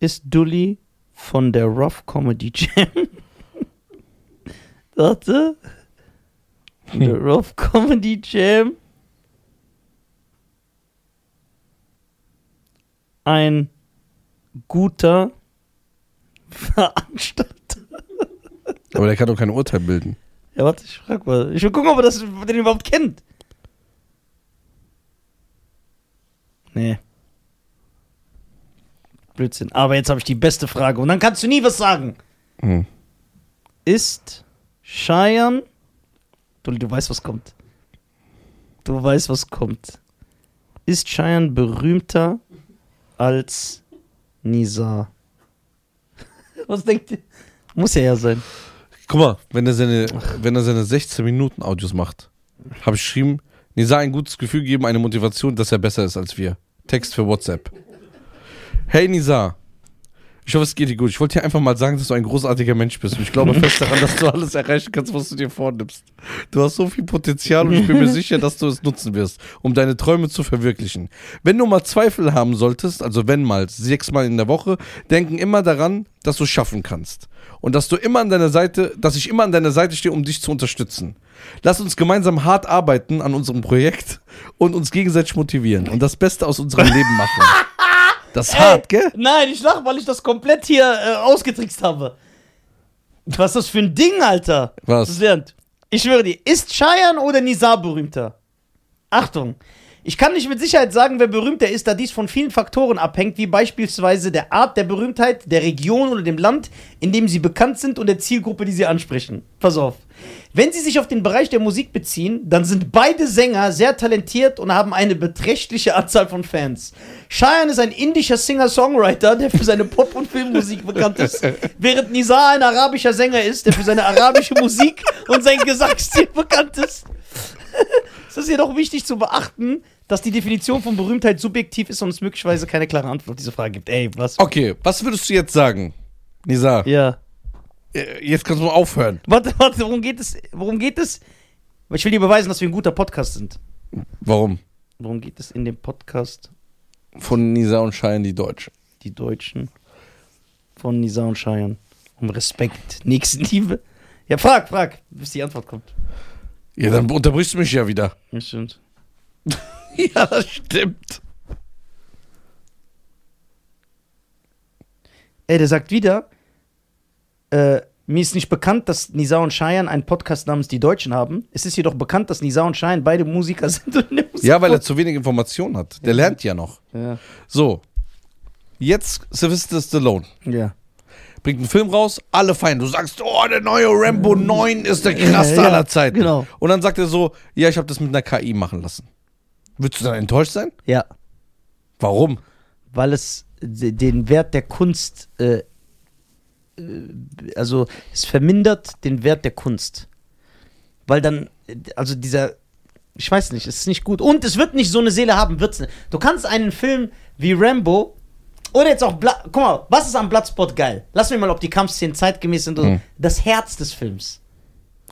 Speaker 2: Ist Dully von der Rough Comedy Jam? Warte. The Rough Comedy Jam. Ein guter Veranstalter.
Speaker 1: Aber der kann doch kein Urteil bilden.
Speaker 2: Ja, warte, ich frag mal. Ich will gucken, ob er das ob er den überhaupt kennt. Nee. Blödsinn. Aber jetzt habe ich die beste Frage und dann kannst du nie was sagen.
Speaker 1: Hm.
Speaker 2: Ist Cheyenne. Du, du weißt, was kommt. Du weißt, was kommt. Ist Cheyenne berühmter als Nisa? Was denkt ihr? Muss ja ja sein.
Speaker 1: Guck mal, wenn er seine, wenn er seine 16 Minuten Audios macht, habe ich geschrieben, Nisa ein gutes Gefühl geben, eine Motivation, dass er besser ist als wir. Text für WhatsApp. Hey Nisa, ich hoffe, es geht dir gut. Ich wollte dir einfach mal sagen, dass du ein großartiger Mensch bist. Und ich glaube fest daran, dass du alles erreichen kannst, was du dir vornimmst. Du hast so viel Potenzial und ich bin mir sicher, dass du es nutzen wirst, um deine Träume zu verwirklichen. Wenn du mal Zweifel haben solltest, also wenn mal, sechsmal in der Woche, denken immer daran, dass du es schaffen kannst. Und dass du immer an deiner Seite, dass ich immer an deiner Seite stehe, um dich zu unterstützen. Lass uns gemeinsam hart arbeiten an unserem Projekt und uns gegenseitig motivieren und das Beste aus unserem Leben machen. Das ist hart, gell?
Speaker 2: Nein, ich lach, weil ich das komplett hier äh, ausgetrickst habe. Was ist das für ein Ding, Alter?
Speaker 1: Was?
Speaker 2: Das lernt. Ich schwöre dir, ist Cheyenne oder Nizar berühmter? Achtung. Ich kann nicht mit Sicherheit sagen, wer berühmter ist, da dies von vielen Faktoren abhängt, wie beispielsweise der Art der Berühmtheit, der Region oder dem Land, in dem sie bekannt sind und der Zielgruppe, die sie ansprechen. Pass auf. Wenn sie sich auf den Bereich der Musik beziehen, dann sind beide Sänger sehr talentiert und haben eine beträchtliche Anzahl von Fans. Cheyenne ist ein indischer Singer-Songwriter, der für seine Pop- und Filmmusik bekannt ist, während Nizar ein arabischer Sänger ist, der für seine arabische Musik und sein Gesangsstil bekannt ist. Es ist jedoch wichtig zu beachten, dass die Definition von Berühmtheit subjektiv ist und es möglicherweise keine klare Antwort auf diese Frage gibt. Ey, was?
Speaker 1: Okay, was würdest du jetzt sagen, Nisa?
Speaker 2: Ja.
Speaker 1: Äh, Jetzt kannst du mal aufhören.
Speaker 2: Warte, warte, worum geht es? Worum geht es? Ich will dir beweisen, dass wir ein guter Podcast sind.
Speaker 1: Warum?
Speaker 2: Worum geht es in dem Podcast?
Speaker 1: Von Nisa und Schein die Deutsch.
Speaker 2: Die Deutschen von Nisa und Cheyenne. Um Respekt, Nächstenliebe. Ja, frag, frag, bis die Antwort kommt.
Speaker 1: Ja, dann unterbrichst du mich ja wieder.
Speaker 2: Ja, stimmt.
Speaker 1: ja, das stimmt.
Speaker 2: Ey, der sagt wieder, äh, mir ist nicht bekannt, dass Nisa und Cheyenne einen Podcast namens Die Deutschen haben. Es ist jedoch bekannt, dass Nisa und Cheyenne beide Musiker sind. Und in der Musik-
Speaker 1: Ja, weil er zu wenig Informationen hat. Der lernt ja noch.
Speaker 2: Ja.
Speaker 1: So. Jetzt Sylvester Stallone.
Speaker 2: ja.
Speaker 1: Bringt einen Film raus, alle fein. Du sagst, oh, der neue Rambo 9 ist der krasseste
Speaker 2: Ja, ja,
Speaker 1: aller Zeiten.
Speaker 2: genau.
Speaker 1: Und dann sagt er so, ja, ich habe das mit einer KI machen lassen. Würdest du dann enttäuscht sein?
Speaker 2: Ja,
Speaker 1: Warum?
Speaker 2: weil es de- den Wert der Kunst, äh, äh, also es vermindert den Wert der Kunst. Weil dann, äh, also dieser, ich weiß nicht, es ist nicht gut. Und es wird nicht so eine Seele haben, wird's nicht. Du kannst einen Film wie Rambo oder jetzt auch, Bla guck mal, was ist am Bloodspot geil? Lass mir mal, ob die Kampfszenen zeitgemäß sind. Oder so.
Speaker 1: Hm.
Speaker 2: Das Herz des Films.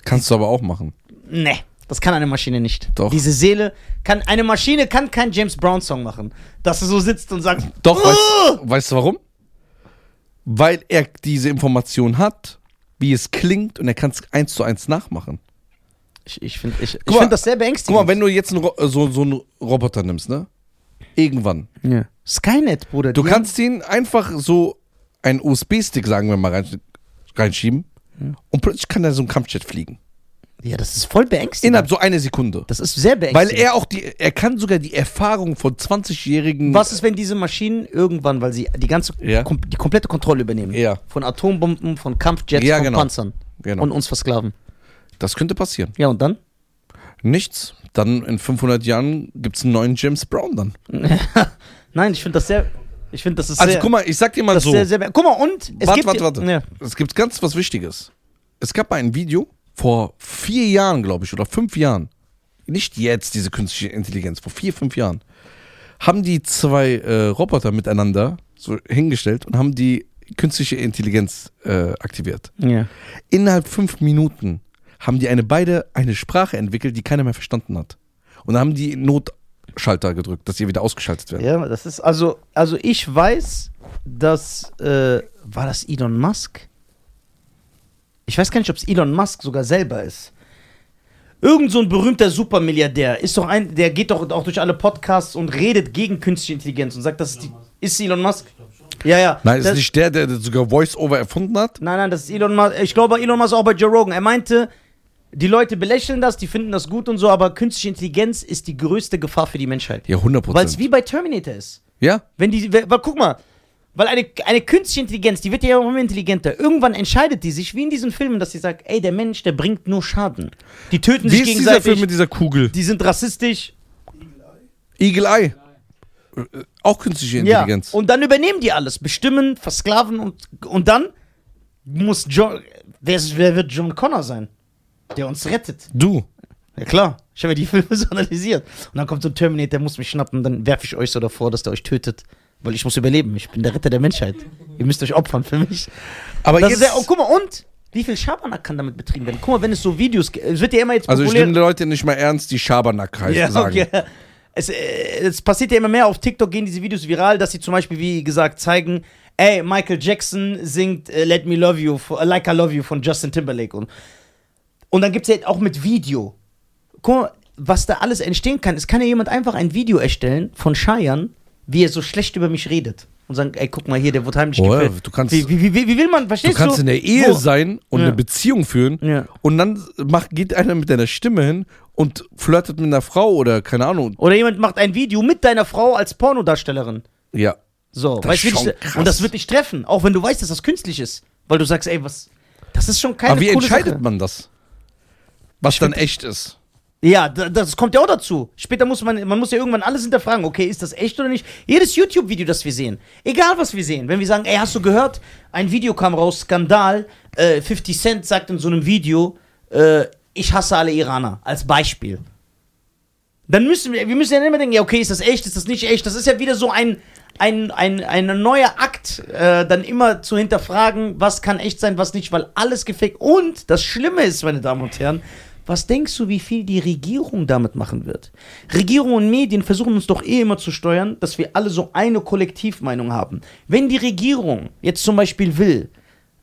Speaker 1: Kannst du aber auch machen.
Speaker 2: Nee, das kann eine Maschine nicht.
Speaker 1: Doch.
Speaker 2: Diese Seele kann eine Maschine kann keinen James Brown Song machen, dass du so sitzt und sagst,
Speaker 1: Doch,
Speaker 2: "Ugh!"
Speaker 1: weißt, weißt du warum? Weil er diese Information hat, wie es klingt und er kann es eins zu eins nachmachen.
Speaker 2: Ich, ich finde ich, ich
Speaker 1: Guck mal,
Speaker 2: find das sehr beängstigend.
Speaker 1: Guck mal, wenn du jetzt einen Ro äh, so, so einen Roboter nimmst, ne? Irgendwann.
Speaker 2: ja. Skynet, Bruder.
Speaker 1: Du
Speaker 2: die-
Speaker 1: kannst ihn einfach so einen USB-Stick, sagen wir mal, rein, reinschieben und plötzlich kann er so ein Kampfjet fliegen.
Speaker 2: ja, das ist voll beängstigend.
Speaker 1: Innerhalb so einer Sekunde.
Speaker 2: das ist sehr
Speaker 1: Weil
Speaker 2: beängstigend.
Speaker 1: er auch die, er kann sogar die Erfahrung von 20-jährigen.
Speaker 2: was ist, wenn diese Maschinen irgendwann, weil sie die ganze
Speaker 1: Ja.
Speaker 2: kom die komplette Kontrolle übernehmen?
Speaker 1: Ja.
Speaker 2: Von Atombomben, von Kampfjets,
Speaker 1: Ja,
Speaker 2: von
Speaker 1: genau.
Speaker 2: Panzern
Speaker 1: Genau.
Speaker 2: und uns versklaven.
Speaker 1: Das könnte passieren.
Speaker 2: Ja, und dann?
Speaker 1: Nichts. Dann in 500 Jahren gibt's einen neuen James Brown dann.
Speaker 2: Nein, ich finde das sehr ich finde das ist
Speaker 1: Also
Speaker 2: sehr
Speaker 1: guck mal, ich sag dir mal
Speaker 2: das
Speaker 1: so.
Speaker 2: ist sehr, sehr beäng- Guck mal und es
Speaker 1: warte,
Speaker 2: gibt
Speaker 1: warte, warte.
Speaker 2: Ja.
Speaker 1: Es gibt ganz was Wichtiges. Es gab mal ein Video vor vier Jahren, glaube ich, oder fünf Jahren. Nicht jetzt, diese künstliche Intelligenz, vor vier, fünf Jahren. Haben die zwei äh, Roboter miteinander so hingestellt und haben die künstliche Intelligenz äh, aktiviert.
Speaker 2: Ja.
Speaker 1: Innerhalb fünf Minuten haben die eine beide eine Sprache entwickelt, die keiner mehr verstanden hat. Und dann haben die Notschalter gedrückt, dass sie wieder ausgeschaltet werden.
Speaker 2: Ja, das ist also, also ich weiß, dass äh, war das Elon Musk? Ich weiß gar nicht, ob es Elon Musk sogar selber ist. Irgend so ein berühmter Supermilliardär ist doch ein, der geht doch auch durch alle Podcasts und redet gegen künstliche Intelligenz und sagt, das ist, die, ist Elon Musk. Ja, ja.
Speaker 1: Nein, ist
Speaker 2: das,
Speaker 1: nicht der, der das sogar Voice-Over erfunden hat.
Speaker 2: Nein, nein, das ist Elon Musk. Ich glaube, Elon Musk auch bei Joe Rogan. Er meinte, die Leute belächeln das, die finden das gut und so, aber künstliche Intelligenz ist die größte Gefahr für die Menschheit.
Speaker 1: Ja, 100 Prozent.
Speaker 2: Weil es wie bei Terminator ist.
Speaker 1: Ja?
Speaker 2: Wenn die, weil, guck mal, weil eine, eine künstliche Intelligenz, die wird ja immer intelligenter. Irgendwann entscheidet die sich, wie in diesen Filmen, dass sie sagt, ey, der Mensch, der bringt nur Schaden. Die töten
Speaker 1: Wie
Speaker 2: sich
Speaker 1: ist dieser Film
Speaker 2: gegenseitig,
Speaker 1: mit dieser Kugel?
Speaker 2: die sind rassistisch.
Speaker 1: Eagle Eye. Äh, Auch künstliche
Speaker 2: Ja.
Speaker 1: Intelligenz.
Speaker 2: Und dann übernehmen die alles, bestimmen, versklaven und, und dann muss John, wer, ist, wer wird John Connor sein, der uns rettet?
Speaker 1: Du.
Speaker 2: Ja klar, ich habe ja die Filme so analysiert. Und dann kommt so ein Terminator, der muss mich schnappen, dann werfe ich euch so davor, dass der euch tötet. Weil ich muss überleben, ich bin der Retter der Menschheit. Ihr müsst euch opfern für mich.
Speaker 1: Aber
Speaker 2: Das
Speaker 1: jetzt,
Speaker 2: ist ja, oh, guck mal, und wie viel Schabernack kann damit betrieben werden? Guck mal, wenn es so Videos gibt, es wird ja immer jetzt
Speaker 1: also ich
Speaker 2: populär.
Speaker 1: nehme die Leute nicht mal ernst, die Schabernack heißen,
Speaker 2: ja,
Speaker 1: sagen.
Speaker 2: okay. es, äh, es passiert ja immer mehr, auf TikTok gehen diese Videos viral, dass sie zum Beispiel, wie gesagt, zeigen, ey, Michael Jackson singt äh, Let Me Love You, von- Like I Love You von Justin Timberlake. Und, und dann gibt es ja auch mit Video. Guck mal, was da alles entstehen kann. Es kann ja jemand einfach ein Video erstellen von Cheyenne, wie er so schlecht über mich redet. Und sagen, ey, guck mal hier, der wurde heimlich
Speaker 1: Oh ja,
Speaker 2: gefilmt.
Speaker 1: du kannst-
Speaker 2: wie, wie, wie, wie will man,
Speaker 1: Du
Speaker 2: verstehst du?
Speaker 1: kannst in der Ehe
Speaker 2: Wo-
Speaker 1: sein und
Speaker 2: Ja.
Speaker 1: eine Beziehung führen
Speaker 2: Ja.
Speaker 1: und dann macht, geht einer mit deiner Stimme hin und flirtet mit einer Frau oder keine Ahnung.
Speaker 2: Oder jemand macht ein Video mit deiner Frau als Pornodarstellerin.
Speaker 1: Ja.
Speaker 2: So,
Speaker 1: Das
Speaker 2: weißt du,
Speaker 1: ist
Speaker 2: wie
Speaker 1: schon
Speaker 2: dich-
Speaker 1: krass.
Speaker 2: und das wird dich treffen, auch wenn du weißt, dass das künstlich ist. Weil du sagst, ey, was, das ist schon keine
Speaker 1: Aber wie
Speaker 2: coole
Speaker 1: entscheidet
Speaker 2: Sache.
Speaker 1: man das? Was dann echt ist.
Speaker 2: Ja, da- das kommt ja auch dazu. Später muss man, man muss ja irgendwann alles hinterfragen. Okay, ist das echt oder nicht? Jedes YouTube-Video, das wir sehen, egal was wir sehen, wenn wir sagen, ey, hast du gehört, ein Video kam raus, Skandal, äh, 50 Cent sagt in so einem Video, äh, ich hasse alle Iraner, als Beispiel. Dann müssen wir, wir müssen ja immer denken, ja, okay, ist das echt, ist das nicht echt? Das ist ja wieder so ein, ein, ein, ein neuer Akt, äh, dann immer zu hinterfragen, was kann echt sein, was nicht, weil alles gefaked. Und das Schlimme ist, meine Damen und Herren, was denkst du, wie viel die Regierung damit machen wird? Regierung und Medien versuchen uns doch eh immer zu steuern, dass wir alle so eine Kollektivmeinung haben. Wenn die Regierung jetzt zum Beispiel will,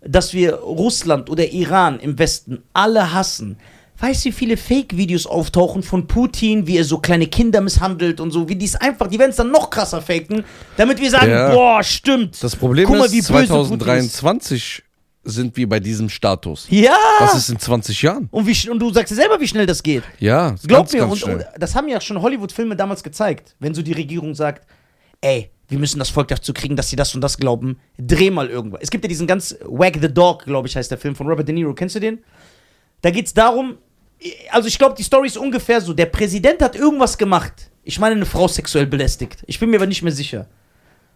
Speaker 2: dass wir Russland oder Iran im Westen alle hassen. Weißt du, wie viele Fake-Videos auftauchen von Putin, wie er so kleine Kinder misshandelt und so, wie die es einfach, die werden es dann noch krasser faken, damit wir sagen,
Speaker 1: Ja.
Speaker 2: boah, stimmt.
Speaker 1: Das Problem
Speaker 2: Guck mal, wie
Speaker 1: ist,
Speaker 2: böse Putin ist.
Speaker 1: 2023 sind wir bei diesem Status.
Speaker 2: ja!
Speaker 1: Was ist in 20 Jahren?
Speaker 2: und, wie, sch- und du sagst ja selber, wie schnell das geht.
Speaker 1: Ja, ist
Speaker 2: Glaub
Speaker 1: ganz,
Speaker 2: mir,
Speaker 1: ganz
Speaker 2: und,
Speaker 1: schnell.
Speaker 2: und das haben ja schon Hollywood-Filme damals gezeigt, wenn so die Regierung sagt, ey, wir müssen das Volk dazu kriegen, dass sie das und das glauben, dreh mal irgendwas. Es gibt ja diesen ganz Wag the Dog, glaube ich, heißt der Film von Robert De Niro. Kennst du den? Da geht es darum, also ich glaube, die Story ist ungefähr so, der Präsident hat irgendwas gemacht. Ich meine, eine Frau sexuell belästigt. Ich bin mir aber nicht mehr sicher.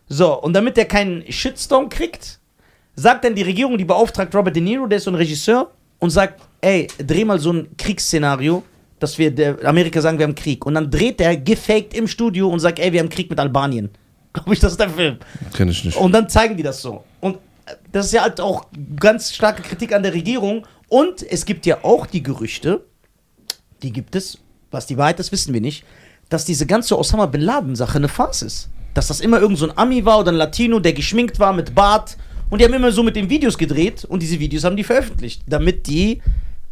Speaker 2: So, und damit er keinen Shitstorm kriegt, sagt dann die Regierung, die beauftragt Robert De Niro, der ist so ein Regisseur, und sagt, ey, dreh mal so ein Kriegsszenario, dass wir der Amerika sagen, wir haben Krieg. Und dann dreht er gefaked im Studio und sagt, ey, wir haben Krieg mit Albanien. Glaube ich, das ist der Film.
Speaker 1: Kenn ich nicht.
Speaker 2: Und dann zeigen die das so. Und äh, das ist ja halt auch ganz starke Kritik an der Regierung. Und es gibt ja auch die Gerüchte, die gibt es, was die Wahrheit ist, wissen wir nicht, dass diese ganze Osama Bin Laden-Sache eine Farce ist. Dass das immer irgend so ein Ami war oder ein Latino, der geschminkt war mit Bart. Und die haben immer so mit den Videos gedreht und diese Videos haben die veröffentlicht, damit die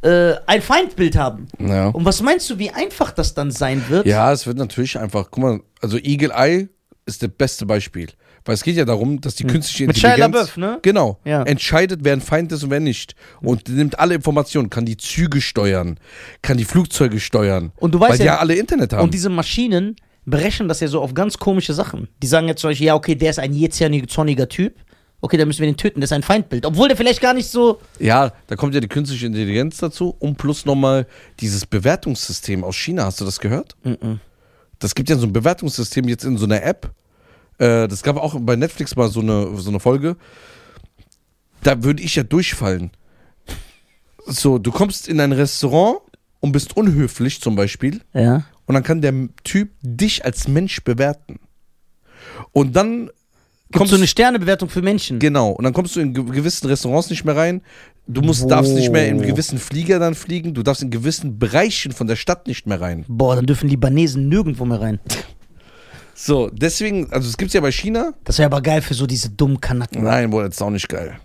Speaker 2: äh, ein Feindbild haben.
Speaker 1: Ja.
Speaker 2: Und was meinst du, wie einfach das dann sein wird?
Speaker 1: Ja, es wird natürlich einfach, guck mal, also Eagle Eye ist das beste Beispiel. Weil es geht ja darum, dass die künstliche
Speaker 2: Hm. Mit Shia
Speaker 1: Intelligenz
Speaker 2: LaBeouf, ne?
Speaker 1: genau,
Speaker 2: Ja.
Speaker 1: entscheidet, wer ein Feind ist und wer nicht. Und die nimmt alle Informationen, kann die Züge steuern, kann die Flugzeuge steuern.
Speaker 2: Und du weißt
Speaker 1: weil die
Speaker 2: ja-
Speaker 1: ja alle Internet haben.
Speaker 2: Und diese Maschinen berechnen das ja so auf ganz komische Sachen. Die sagen jetzt zum Beispiel, ja, okay, der ist ein jähzorniger zorniger Typ. Okay, dann müssen wir den töten, das ist ein Feindbild. Obwohl der vielleicht gar nicht so.
Speaker 1: ja, da kommt ja die künstliche Intelligenz dazu und plus nochmal dieses Bewertungssystem aus China. Hast du das gehört?
Speaker 2: Mhm.
Speaker 1: Das gibt ja so ein Bewertungssystem jetzt in so einer App. Äh, das gab auch bei Netflix mal so eine, so eine Folge. Da würde ich ja durchfallen. So, du kommst in ein Restaurant und bist unhöflich zum Beispiel.
Speaker 2: Ja.
Speaker 1: Und dann kann der Typ dich als Mensch bewerten. Und dann
Speaker 2: Kommt
Speaker 1: kommst
Speaker 2: so eine Sternebewertung für Menschen.
Speaker 1: Genau, und dann kommst du in ge- gewissen Restaurants nicht mehr rein. Du musst, darfst nicht mehr in gewissen Flieger dann fliegen. Du darfst in gewissen Bereichen von der Stadt nicht mehr rein.
Speaker 2: Boah, dann dürfen Libanesen nirgendwo mehr rein.
Speaker 1: So, deswegen, also es gibt's ja bei China.
Speaker 2: Das wäre aber geil für so diese dummen Kanacken,
Speaker 1: Nein, boah, das ist auch nicht geil.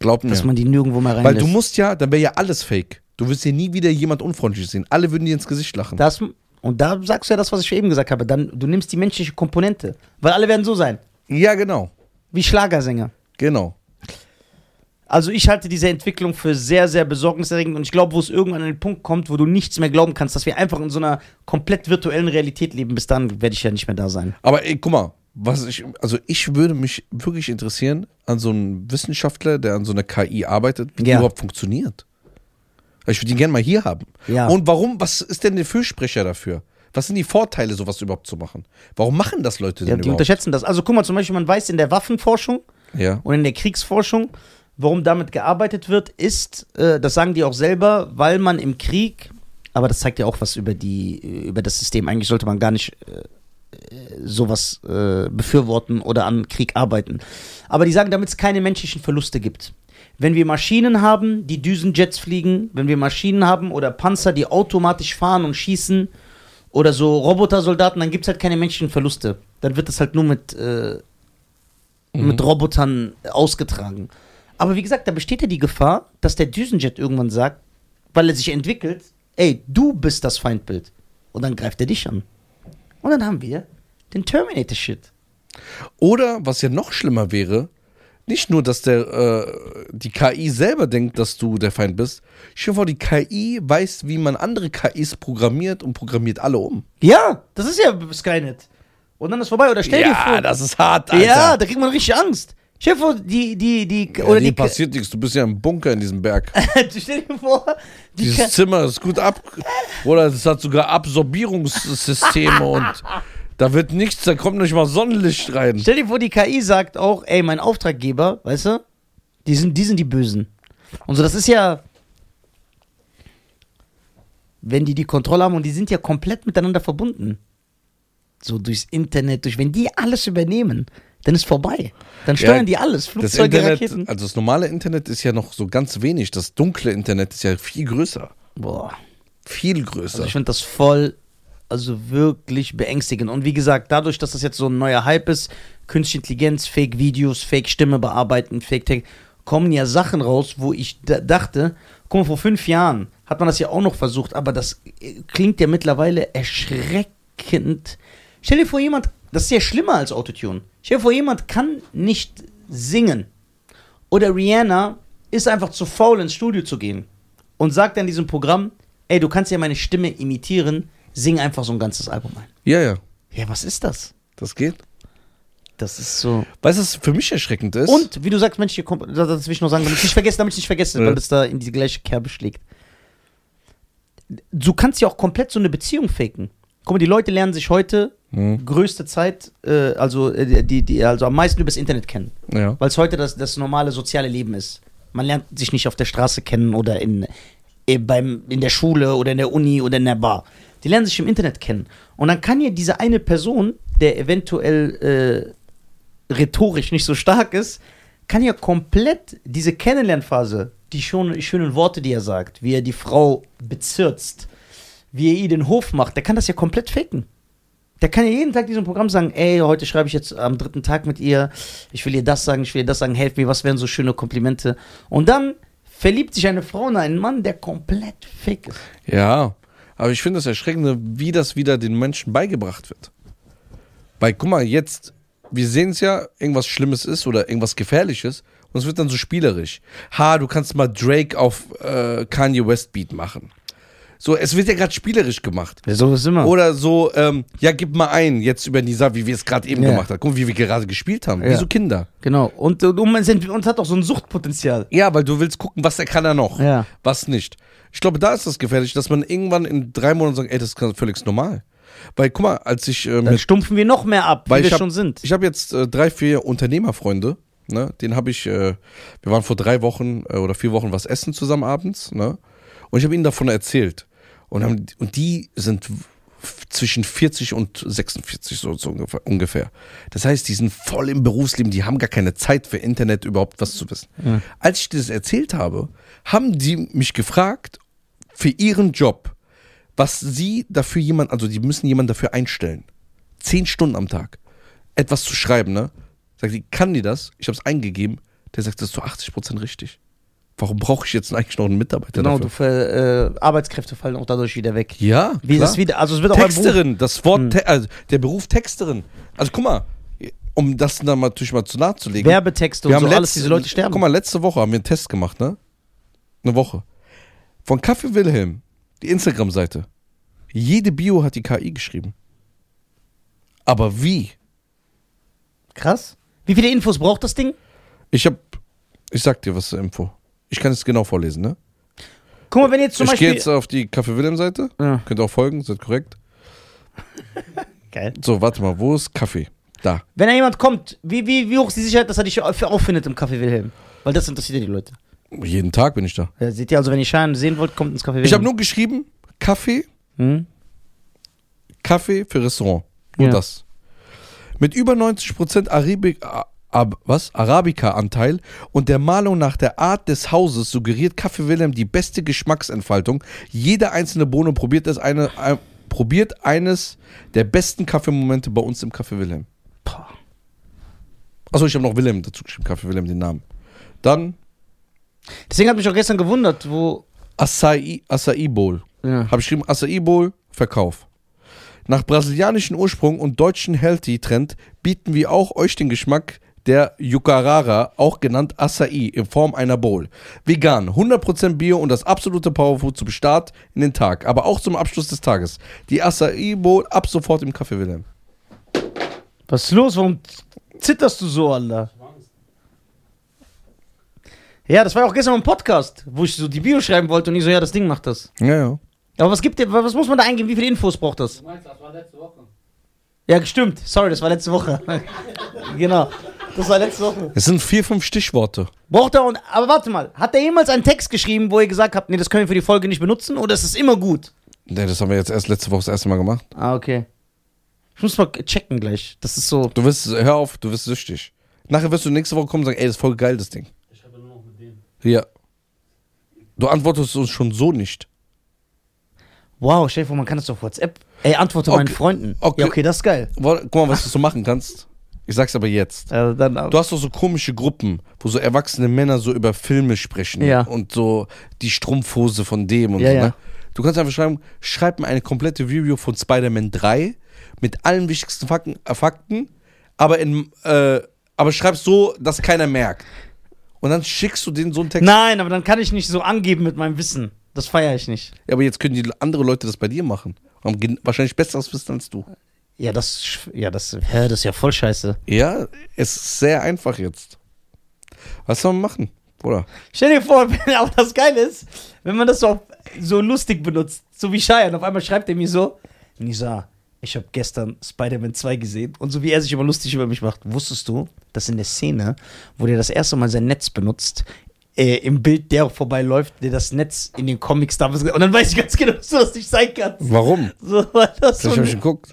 Speaker 1: Glaub mir.
Speaker 2: dass man die nirgendwo mehr rein
Speaker 1: Weil du musst ja, dann wäre ja alles fake. Du wirst hier nie wieder jemand unfreundlich sehen. Alle würden dir ins Gesicht lachen.
Speaker 2: das, und da sagst du ja das, was ich eben gesagt habe. Dann, du nimmst die menschliche Komponente. Weil alle werden so sein.
Speaker 1: ja, genau.
Speaker 2: Wie Schlagersänger.
Speaker 1: Genau.
Speaker 2: Also ich halte diese Entwicklung für sehr, sehr besorgniserregend und ich glaube, wo es irgendwann an den Punkt kommt, wo du nichts mehr glauben kannst, dass wir einfach in so einer komplett virtuellen Realität leben, bis dann werde ich ja nicht mehr da sein.
Speaker 1: Aber ey, guck mal, was ich, also ich würde mich wirklich interessieren an so einen Wissenschaftler, der an so einer KI arbeitet, wie die
Speaker 2: Ja.
Speaker 1: überhaupt funktioniert. Also Ich würde ihn gerne mal hier haben.
Speaker 2: Ja.
Speaker 1: Und warum, was ist denn der Fürsprecher dafür? Was sind die Vorteile, sowas überhaupt zu machen? Warum machen das Leute
Speaker 2: Ja,
Speaker 1: denn
Speaker 2: die
Speaker 1: überhaupt?
Speaker 2: unterschätzen das. Also guck mal, zum Beispiel, man weiß in der Waffenforschung
Speaker 1: Ja.
Speaker 2: und in der Kriegsforschung, warum damit gearbeitet wird, ist, äh, das sagen die auch selber, weil man im Krieg, aber das zeigt ja auch was über die, über das System. Eigentlich sollte man gar nicht äh, sowas äh, befürworten oder an Krieg arbeiten. Aber die sagen, damit es keine menschlichen Verluste gibt. Wenn wir Maschinen haben, die Düsenjets fliegen, wenn wir Maschinen haben oder Panzer, die automatisch fahren und schießen oder so Robotersoldaten, dann gibt es halt keine menschlichen Verluste. Dann wird das halt nur mit, äh,
Speaker 1: Mhm.
Speaker 2: mit Robotern äh, ausgetragen. Aber wie gesagt, da besteht ja die Gefahr, dass der Düsenjet irgendwann sagt, weil er sich entwickelt, ey, du bist das Feindbild. Und dann greift er dich an. Und dann haben wir den Terminator-Shit.
Speaker 1: Oder was ja noch schlimmer wäre, nicht nur, dass der, äh, die KI selber denkt, dass du der Feind bist. Ich vor, die KI weiß, wie man andere KIs programmiert und programmiert alle um.
Speaker 2: Ja, das ist ja Skynet. Und dann ist vorbei. Oder stell dir vor.
Speaker 1: ja, das ist hart, Alter.
Speaker 2: Ja, da kriegt man richtig Angst. Stell dir vor, die, die, die,
Speaker 1: Ja,
Speaker 2: oder
Speaker 1: dir
Speaker 2: die,
Speaker 1: passiert nichts, du bist ja im Bunker in diesem Berg.
Speaker 2: stell dir vor, die,
Speaker 1: Dieses
Speaker 2: Ka-
Speaker 1: Zimmer ist gut ab. Oder es hat sogar Absorbierungssysteme und da wird nichts, da kommt nicht mal Sonnenlicht rein.
Speaker 2: stell dir vor, die KI sagt auch, ey, mein Auftraggeber, weißt du, die sind, die sind die Bösen. Und so, das ist ja, wenn die die Kontrolle haben und die sind ja komplett miteinander verbunden. So durchs Internet, durch, wenn die alles übernehmen, dann ist vorbei. Dann steuern die alles,
Speaker 1: Das
Speaker 2: Flugzeuge, Raketen.
Speaker 1: Internet, also das normale Internet ist ja noch so ganz wenig. Das dunkle Internet ist ja viel größer.
Speaker 2: Boah.
Speaker 1: Viel größer.
Speaker 2: Also ich finde das voll, also wirklich beängstigend. Und wie gesagt, dadurch, dass das jetzt so ein neuer Hype ist, Künstliche Intelligenz, Fake-Videos, Fake-Stimme bearbeiten, Fake-Tech, kommen ja Sachen raus, wo ich da dachte, guck mal, vor fünf Jahren hat man das ja auch noch versucht, aber das äh, klingt ja mittlerweile erschreckend. Stell dir vor, jemand, das ist ja schlimmer als Autotune. Stell dir vor, jemand kann nicht singen. Oder Rihanna ist einfach zu faul, ins Studio zu gehen und sagt dann diesem Programm, ey, du kannst ja meine Stimme imitieren, sing einfach so ein ganzes Album ein.
Speaker 1: ja, ja,
Speaker 2: Ja, was ist das?
Speaker 1: das geht.
Speaker 2: Das ist so.
Speaker 1: Weißt du, was für mich erschreckend ist?
Speaker 2: Und wie du sagst, Mensch, hier kommt, das das will ich nur sagen, damit ich nicht vergesse, damit ich nicht vergesse,
Speaker 1: Ja.
Speaker 2: weil das da in die gleiche Kerbe schlägt. Du kannst ja auch komplett so eine Beziehung faken. Guck mal, die Leute lernen sich heute
Speaker 1: Hm,
Speaker 2: größte Zeit, äh, also äh, die, die, also am meisten übers Internet kennen.
Speaker 1: Ja.
Speaker 2: Weil es heute das, das normale soziale Leben ist. Man lernt sich nicht auf der Straße kennen oder in, eh, beim, in der Schule oder in der Uni oder in der Bar. Die lernen sich im Internet kennen. Und dann kann ja diese eine Person, der eventuell äh, rhetorisch nicht so stark ist, kann ja komplett diese Kennenlernphase, die schon, schönen Worte, die er sagt, wie er die Frau bezirzt, wie er ihr den Hof macht, der kann das ja komplett faken. Der kann ja jeden Tag diesem Programm sagen, ey, heute schreibe ich jetzt am dritten Tag mit ihr, ich will ihr das sagen, ich will ihr das sagen, helf mir, was wären so schöne Komplimente. Und dann verliebt sich eine Frau in einen Mann, der komplett fake ist.
Speaker 1: Ja, aber ich finde das Erschreckende, wie das wieder den Menschen beigebracht wird. Weil, guck mal, jetzt, wir sehen es ja, irgendwas Schlimmes ist oder irgendwas Gefährliches und es wird dann so spielerisch. Ha, du kannst mal Drake auf äh, Kanye West Beat machen. So, es wird ja gerade spielerisch gemacht.
Speaker 2: So ist immer. Oder
Speaker 1: Oder so, ähm, ja, gib mal ein, jetzt über Nisa, wie wir es gerade eben
Speaker 2: Ja.
Speaker 1: gemacht haben. Guck mal, wie wir gerade gespielt haben. Wie
Speaker 2: Ja.
Speaker 1: so Kinder.
Speaker 2: genau. Und, und, man sind, und hat auch so ein Suchtpotenzial.
Speaker 1: Ja, weil du willst gucken, was er kann er noch,
Speaker 2: Ja.
Speaker 1: was nicht. Ich glaube, da ist das gefährlich, dass man irgendwann in drei Monaten sagt, ey, das ist ganz völlig normal. Weil, guck mal, als ich äh,
Speaker 2: Dann
Speaker 1: mit,
Speaker 2: stumpfen wir noch mehr ab,
Speaker 1: Weil
Speaker 2: wie wir
Speaker 1: ich hab-
Speaker 2: schon sind.
Speaker 1: ich habe jetzt äh, drei, vier Unternehmerfreunde, ne, den habe ich, äh, wir waren vor drei Wochen äh, oder vier Wochen was essen zusammen abends, ne, und ich habe ihnen davon erzählt. Und, haben, und die sind f- zwischen 40 und 46 so, so ungefähr- ungefähr. Das heißt, die sind voll im Berufsleben, die haben gar keine Zeit für Internet überhaupt was zu wissen. Als ich das erzählt habe, haben die mich gefragt für ihren Job, was sie dafür jemand, also die müssen jemanden dafür einstellen. Zehn Stunden am Tag. Etwas zu schreiben, ne? Sagt die, kann die das? Ich habe es eingegeben. Der sagt, das ist zu 80% richtig. Warum brauche ich jetzt eigentlich noch einen Mitarbeiter
Speaker 2: Genau, du
Speaker 1: dafür?
Speaker 2: ver, äh, Arbeitskräfte fallen auch dadurch wieder weg.
Speaker 1: Ja,
Speaker 2: Wie
Speaker 1: klar.
Speaker 2: das wieder, also es wird auch ein Beruf.
Speaker 1: Texterin, das Wort, Te also der Beruf Texterin. Also guck mal, um das dann mal, natürlich mal zu nahezulegen.
Speaker 2: Werbetexte und so alles,
Speaker 1: letzte-
Speaker 2: diese Leute sterben.
Speaker 1: Guck mal, letzte Woche haben wir einen Test gemacht, ne? Eine Woche. Von Kaffee Wilhelm, die Instagram-Seite. Jede Bio hat die KI geschrieben. Aber wie?
Speaker 2: Krass. Wie viele Infos braucht das Ding?
Speaker 1: Ich hab, ich sag dir was zur Info. Ich kann es genau vorlesen, ne?
Speaker 2: Guck mal, wenn jetzt zum
Speaker 1: ich gehe
Speaker 2: Beispiel.
Speaker 1: jetzt auf die Kaffee Wilhelm-Seite.
Speaker 2: Ja.
Speaker 1: Könnt ihr auch folgen, seid korrekt.
Speaker 2: Geil.
Speaker 1: So, warte mal, wo ist Kaffee? Da.
Speaker 2: Wenn da jemand kommt, wie, wie, wie hoch ist die Sicherheit, dass er dich au- auffindet im Café Wilhelm? Weil das interessiert ja die Leute.
Speaker 1: Jeden Tag bin ich da.
Speaker 2: Ja, seht ihr, also wenn ihr Schein sehen wollt, kommt ins Café Wilhelm.
Speaker 1: Ich habe nur geschrieben, Kaffee,
Speaker 2: Hm?
Speaker 1: Kaffee für Restaurant. Nur
Speaker 2: Ja.
Speaker 1: das. Mit über 90% Arabik, A- äh, Ab, was? Arabica-Anteil und der Malung nach der Art des Hauses suggeriert Kaffee Wilhelm die beste Geschmacksentfaltung. Jede einzelne Bohne probiert, es eine, ein- probiert eines der besten Kaffeemomente bei uns im Kaffee Wilhelm.
Speaker 2: Boah.
Speaker 1: Achso, ich habe noch Wilhelm dazu geschrieben, Kaffee Wilhelm, den Namen. Dann
Speaker 2: Deswegen hat mich auch gestern gewundert, wo.
Speaker 1: Acai, Acai Bowl.
Speaker 2: Ja.
Speaker 1: Habe ich geschrieben, Acai Bowl, Verkauf. Nach brasilianischen Ursprung und deutschen Healthy-Trend bieten wir auch euch den Geschmack der Yucarara, auch genannt Acai, in Form einer Bowl. Vegan, 100% Bio und das absolute Powerfood zum Start in den Tag, aber auch zum Abschluss des Tages. Die Acai Bowl ab sofort im Café Wilhelm.
Speaker 2: Was ist los? Warum zitterst du so, Alter? Ja, das war ja auch gestern im Podcast, wo ich so die Bio schreiben wollte und ich so, ja, das Ding macht das.
Speaker 1: Ja, ja.
Speaker 2: Aber was gibt dir, was muss man da eingeben? Wie viele Infos braucht das?
Speaker 3: Du meinst, das war letzte Woche.
Speaker 2: Ja, stimmt. Sorry, das war letzte Woche. genau. Das war letzte Woche.
Speaker 1: Es sind vier, fünf Stichworte.
Speaker 2: Braucht er und. Aber warte mal, hat er jemals einen Text geschrieben, wo ihr gesagt habt, nee, das können wir für die Folge nicht benutzen oder ist es immer gut?
Speaker 1: Ne, das haben wir jetzt erst letzte Woche das erste Mal gemacht.
Speaker 2: Ah, okay. Ich muss mal checken gleich. Das ist so.
Speaker 1: Du wirst, hör auf, du wirst süchtig. Nachher wirst du nächste Woche kommen und sagen, ey, das ist voll geil, das Ding.
Speaker 3: Ich schreibe nur noch mit dem.
Speaker 1: Ja. Du antwortest uns schon so nicht.
Speaker 2: Wow, stell dir vor, man kann das auf WhatsApp. Ey, antworte
Speaker 1: Okay.
Speaker 2: meinen Freunden.
Speaker 1: Okay.
Speaker 2: Ja, okay, das ist geil.
Speaker 1: Wo- Guck mal, was du so machen kannst. Ich sag's aber jetzt.
Speaker 2: Also dann, ab-
Speaker 1: Du hast doch so komische Gruppen, wo so erwachsene Männer so über Filme sprechen
Speaker 2: Ja.
Speaker 1: und so die Strumpfhose von dem und
Speaker 2: Ja,
Speaker 1: so. Ne?
Speaker 2: ja.
Speaker 1: Du kannst einfach schreiben, schreib mir eine komplette Review von Spider-Man 3 mit allen wichtigsten Fakten, äh, Fakten aber, in, äh, aber schreib so, dass keiner merkt. Und dann schickst du denen so einen Text.
Speaker 2: Nein, aber dann kann ich nicht so angeben mit meinem Wissen. Das feiere ich nicht.
Speaker 1: Ja, aber jetzt können die andere Leute das bei dir machen. Haben gen- wahrscheinlich besseres Wissen als du.
Speaker 2: Ja, das, ist sch- ja, das, hä, das ist ja voll scheiße.
Speaker 1: Ja, es ist sehr einfach jetzt. Was soll man machen? Oder?
Speaker 2: Stell dir vor, wenn, aber das Geile ist, wenn man das so, auf, so lustig benutzt, so wie Cheyenne, auf einmal schreibt er mir so, Nisa, ich habe gestern Spider-Man 2 gesehen und so wie er sich immer lustig über mich macht, wusstest du, dass in der Szene, wo der das erste Mal sein Netz benutzt, äh, im Bild der vorbeiläuft, der das Netz in den Comics damals... Und dann weiß ich ganz genau, dass du das nicht sein kannst.
Speaker 1: Warum?
Speaker 2: So, weil das, so
Speaker 1: Vielleicht hab ich geguckt.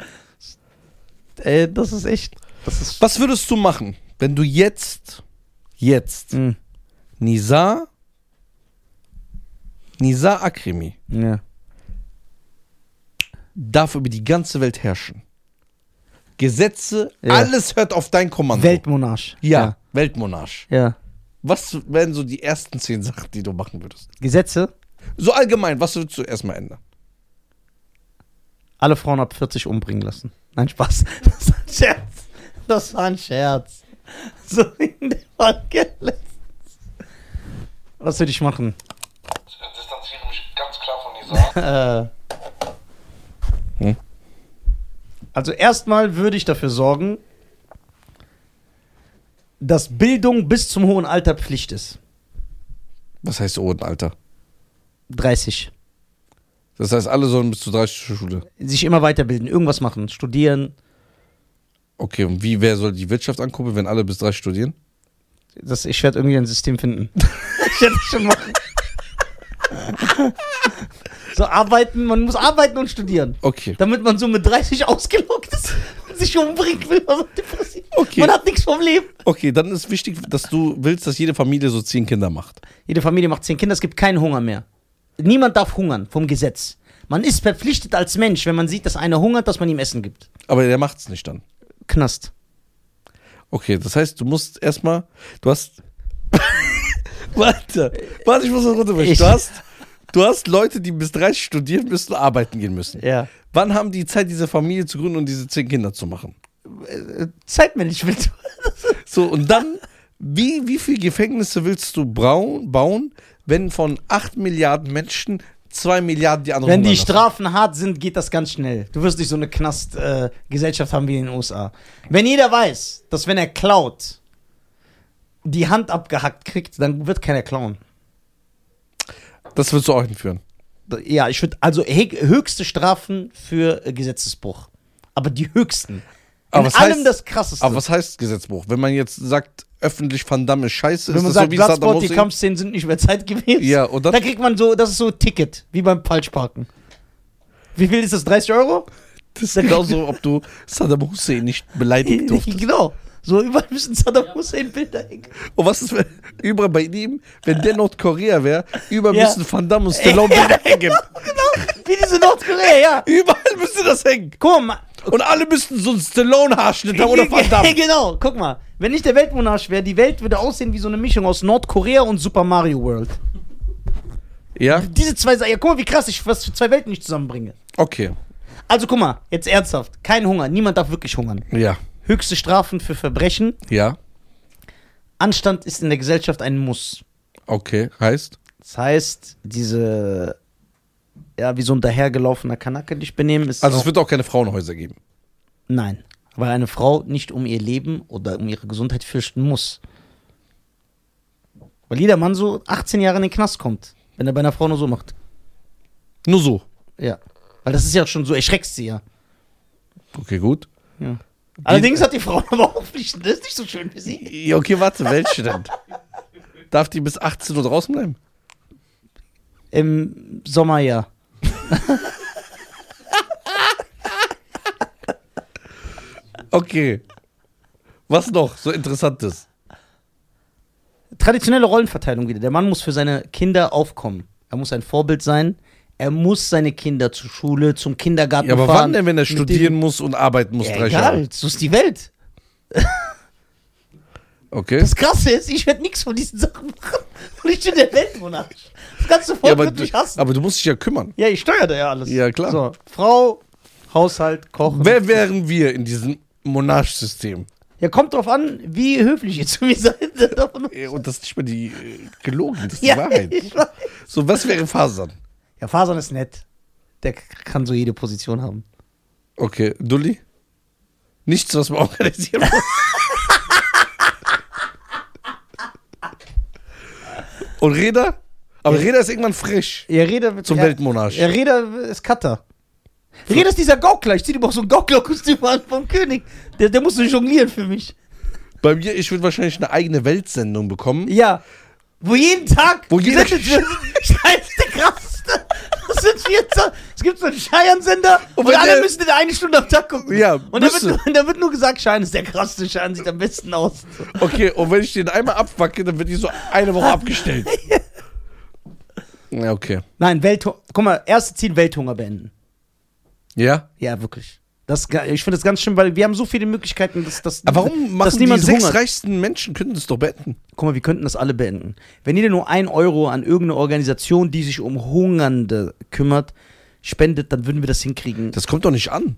Speaker 2: ey, das ist echt... Das ist...
Speaker 1: Was würdest du machen, wenn du jetzt, jetzt,
Speaker 2: Mm,
Speaker 1: Nisa, Nisa Akrimi
Speaker 2: ja.
Speaker 1: darf über die ganze Welt herrschen? Gesetze,
Speaker 2: Ja.
Speaker 1: alles hört auf dein Kommando.
Speaker 2: Weltmonarch.
Speaker 1: ja, Weltmonarch.
Speaker 2: Ja. ja.
Speaker 1: Was wären so die ersten zehn Sachen, die du machen würdest?
Speaker 2: Gesetze,
Speaker 1: So allgemein, was würdest du erstmal ändern?
Speaker 2: alle Frauen ab 40 umbringen lassen. Nein, Spaß. Das war ein Scherz. Das war ein Scherz. So in der Folge letztens. Was würde ich machen?
Speaker 4: Ich distanziere mich ganz klar von Nisa.
Speaker 2: Äh,
Speaker 1: Hm?
Speaker 2: also erstmal würde ich dafür sorgen, dass Bildung bis zum hohen Alter Pflicht ist.
Speaker 1: Was heißt Oden, Alter?
Speaker 2: 30.
Speaker 1: Das heißt, alle sollen bis zu 30 zur Schule.
Speaker 2: Sich immer weiterbilden, irgendwas machen, studieren.
Speaker 1: Okay, und wie, wer soll die Wirtschaft ankuppeln, wenn alle bis 30 studieren?
Speaker 2: Das, ich werde irgendwie ein System finden. ich werde es schon machen. so arbeiten, man muss arbeiten und studieren.
Speaker 1: Okay.
Speaker 2: Damit man so mit 30 ausgelockt ist und sich umbringt, will man so depressiv.
Speaker 1: Okay.
Speaker 2: Man hat nichts vom Leben.
Speaker 1: Okay, dann ist wichtig, dass du willst, dass jede Familie so 10 Kinder macht.
Speaker 2: Jede Familie macht 10 Kinder, es gibt keinen Hunger mehr. Niemand darf hungern vom Gesetz. Man ist verpflichtet als Mensch, wenn man sieht, dass einer hungert, dass man ihm Essen gibt.
Speaker 1: Aber der macht's nicht dann.
Speaker 2: Knast.
Speaker 1: Okay, das heißt, du musst erstmal, du hast. warte, warte, ich muss das runterbrechen.
Speaker 2: Ich-
Speaker 1: Du hast, du hast Leute, die bis 30 studieren müssen, arbeiten gehen müssen.
Speaker 2: Ja.
Speaker 1: Wann haben die Zeit, diese Familie zu gründen und diese 10 Kinder zu machen?
Speaker 2: Zeitmanagement.
Speaker 1: So, und dann, wie, wie viele Gefängnisse willst du braun, bauen, wenn von 8 Milliarden Menschen 2 Milliarden die anderen
Speaker 2: Wenn die
Speaker 1: hungern lassen?
Speaker 2: Strafen hart sind, geht das ganz schnell. Du wirst nicht so eine Knastgesellschaft äh, Gesellschaft haben wie in den USA. Wenn jeder weiß, dass wenn er klaut, die Hand abgehackt kriegt, dann wird keiner klauen.
Speaker 1: Das willst du auch hinführen.
Speaker 2: Da- Ja, ich würde also he- höchste Strafen für äh, Gesetzesbruch. Aber die höchsten.
Speaker 1: Aber
Speaker 2: in
Speaker 1: was
Speaker 2: allem
Speaker 1: heißt-
Speaker 2: das krasseste.
Speaker 1: Aber was heißt Gesetzbuch? Wenn man jetzt sagt, öffentlich Van Damme ist scheiße,
Speaker 2: wenn
Speaker 1: ist
Speaker 2: man
Speaker 1: das
Speaker 2: sagt,
Speaker 1: so wie Saddam
Speaker 2: Bloodsport, die
Speaker 1: Hussein?
Speaker 2: Kampfszenen sind nicht mehr zeitgemäß,
Speaker 1: Ja, und dann-
Speaker 2: da kriegt man so, das ist so ein Ticket, wie beim Falschparken. Wie viel ist das? 30 Euro?
Speaker 1: Das ist genauso, ob du Saddam Hussein nicht beleidigt durftest.
Speaker 2: genau. So überall müssen Saddam Hussein Bilder hängen.
Speaker 1: Und was ist, wenn überall bei ihm, wenn der Nordkorea wäre, überall
Speaker 2: Ja.
Speaker 1: müssen Van Damme und Stallone
Speaker 2: Ja,
Speaker 1: Bilder hängen.
Speaker 2: genau. Wie diese Nordkorea, ja.
Speaker 1: Überall müsste das hängen.
Speaker 2: Guck mal.
Speaker 1: Und alle müssten so einen Stallone-Haarschnitt haben oder Van Damme.
Speaker 2: genau, guck mal. Wenn ich der Weltmonarch wäre, die Welt würde aussehen wie so eine Mischung aus Nordkorea und Super Mario World.
Speaker 1: Ja,
Speaker 2: Diese zwei, Sa- ja, guck mal, wie krass ich was für zwei Welten nicht zusammenbringe.
Speaker 1: okay.
Speaker 2: Also guck mal, jetzt ernsthaft. Kein Hunger, niemand darf wirklich hungern.
Speaker 1: Ja,
Speaker 2: Höchste Strafen für Verbrechen,
Speaker 1: ja.
Speaker 2: Anstand ist in der Gesellschaft ein Muss.
Speaker 1: Okay, heißt?
Speaker 2: Das heißt, diese, ja, wie so ein dahergelaufener Kanacke dich benehmen ist.
Speaker 1: Also
Speaker 2: auch,
Speaker 1: es wird auch keine Frauenhäuser geben.
Speaker 2: nein, weil eine Frau nicht um ihr Leben oder um ihre Gesundheit fürchten muss. Weil jeder Mann so 18 Jahre in den Knast kommt, wenn er bei einer Frau nur so macht.
Speaker 1: Nur so.
Speaker 2: Ja. Weil das ist ja schon so, erschreckst sie ja.
Speaker 1: Okay, gut.
Speaker 2: ja. Allerdings hat die Frau aber auch Pflichten, das ist nicht so schön für sie.
Speaker 1: Ja, okay, warte, welche denn? Darf die bis 18 Uhr draußen bleiben?
Speaker 2: Im Sommer ja.
Speaker 1: Okay. Was noch so Interessantes?
Speaker 2: Traditionelle Rollenverteilung wieder. Der Mann muss für seine Kinder aufkommen. Er muss ein Vorbild sein. Er muss seine Kinder zur Schule, zum Kindergarten
Speaker 1: Ja, aber
Speaker 2: fahren.
Speaker 1: wann denn, wenn er
Speaker 2: mit
Speaker 1: studieren muss und arbeiten muss?
Speaker 2: dem- ja,
Speaker 1: drei
Speaker 2: Egal,
Speaker 1: Jahre?
Speaker 2: so ist die Welt.
Speaker 1: Okay.
Speaker 2: Das Krasse ist, ich werde nichts von diesen Sachen machen. Und ich bin der Weltmonarch. Das ganze Volk
Speaker 1: ja,
Speaker 2: wird
Speaker 1: aber,
Speaker 2: mich
Speaker 1: du,
Speaker 2: hassen.
Speaker 1: aber du musst dich ja kümmern.
Speaker 2: ja, ich steuere da ja alles.
Speaker 1: Ja, klar.
Speaker 2: So, Frau, Haushalt, Kochen.
Speaker 1: Wer wären wir in diesem Monarchsystem?
Speaker 2: Ja, kommt drauf an, wie höflich ihr zu mir seid.
Speaker 1: Äh, Und das ist nicht mal die äh, gelogen, das ist die
Speaker 2: ja,
Speaker 1: Wahrheit.
Speaker 2: ich weiß.
Speaker 1: So, was wäre Fasan?
Speaker 2: ja, Fasan ist nett. Der kann so jede Position haben.
Speaker 1: Okay, Dulli? Nichts, was man organisieren muss. Und Reda? Aber Reda ist irgendwann frisch.
Speaker 2: Ja, Reda wird
Speaker 1: Zum
Speaker 2: ja,
Speaker 1: Weltmonarch.
Speaker 2: Ja, Reda ist Cutter. Reda ist dieser Gaukler. Ich zieh dir auch so ein Gaukler-Kostüm an vom König. Der, der muss so jonglieren für mich.
Speaker 1: Bei mir, ich würde wahrscheinlich eine eigene Weltsendung bekommen.
Speaker 2: Ja. Wo jeden Tag.
Speaker 1: Wo jeder-
Speaker 2: gesendet wird. Scheiße, der krasseste. Das sind 24. Es gibt so einen Scheiern-Sender und,
Speaker 1: wenn
Speaker 2: alle
Speaker 1: der-
Speaker 2: müssen in eine Stunde am Tag gucken.
Speaker 1: Ja,
Speaker 2: und da wird,
Speaker 1: müsste.
Speaker 2: nur- und da wird nur gesagt, Schein ist der krasseste. Schein sieht am besten aus.
Speaker 1: Okay, und wenn ich den einmal abwacke, dann wird die so eine Woche abgestellt. Ja, okay.
Speaker 2: Nein, Welthunger. Guck mal, erste Ziel: Welthunger beenden.
Speaker 1: Ja?
Speaker 2: Ja, wirklich. Das, ist ga- ich finde das ganz schlimm, weil wir haben so viele Möglichkeiten, dass, dass,
Speaker 1: Aber warum
Speaker 2: dass
Speaker 1: machen die
Speaker 2: niemand
Speaker 1: sechs
Speaker 2: hungert.
Speaker 1: reichsten Menschen, könnten das doch beenden?
Speaker 2: Guck mal, wir könnten das alle beenden. Wenn jeder nur ein Euro an irgendeine Organisation, die sich um Hungernde kümmert, spendet, dann würden wir das hinkriegen.
Speaker 1: Das kommt doch nicht an.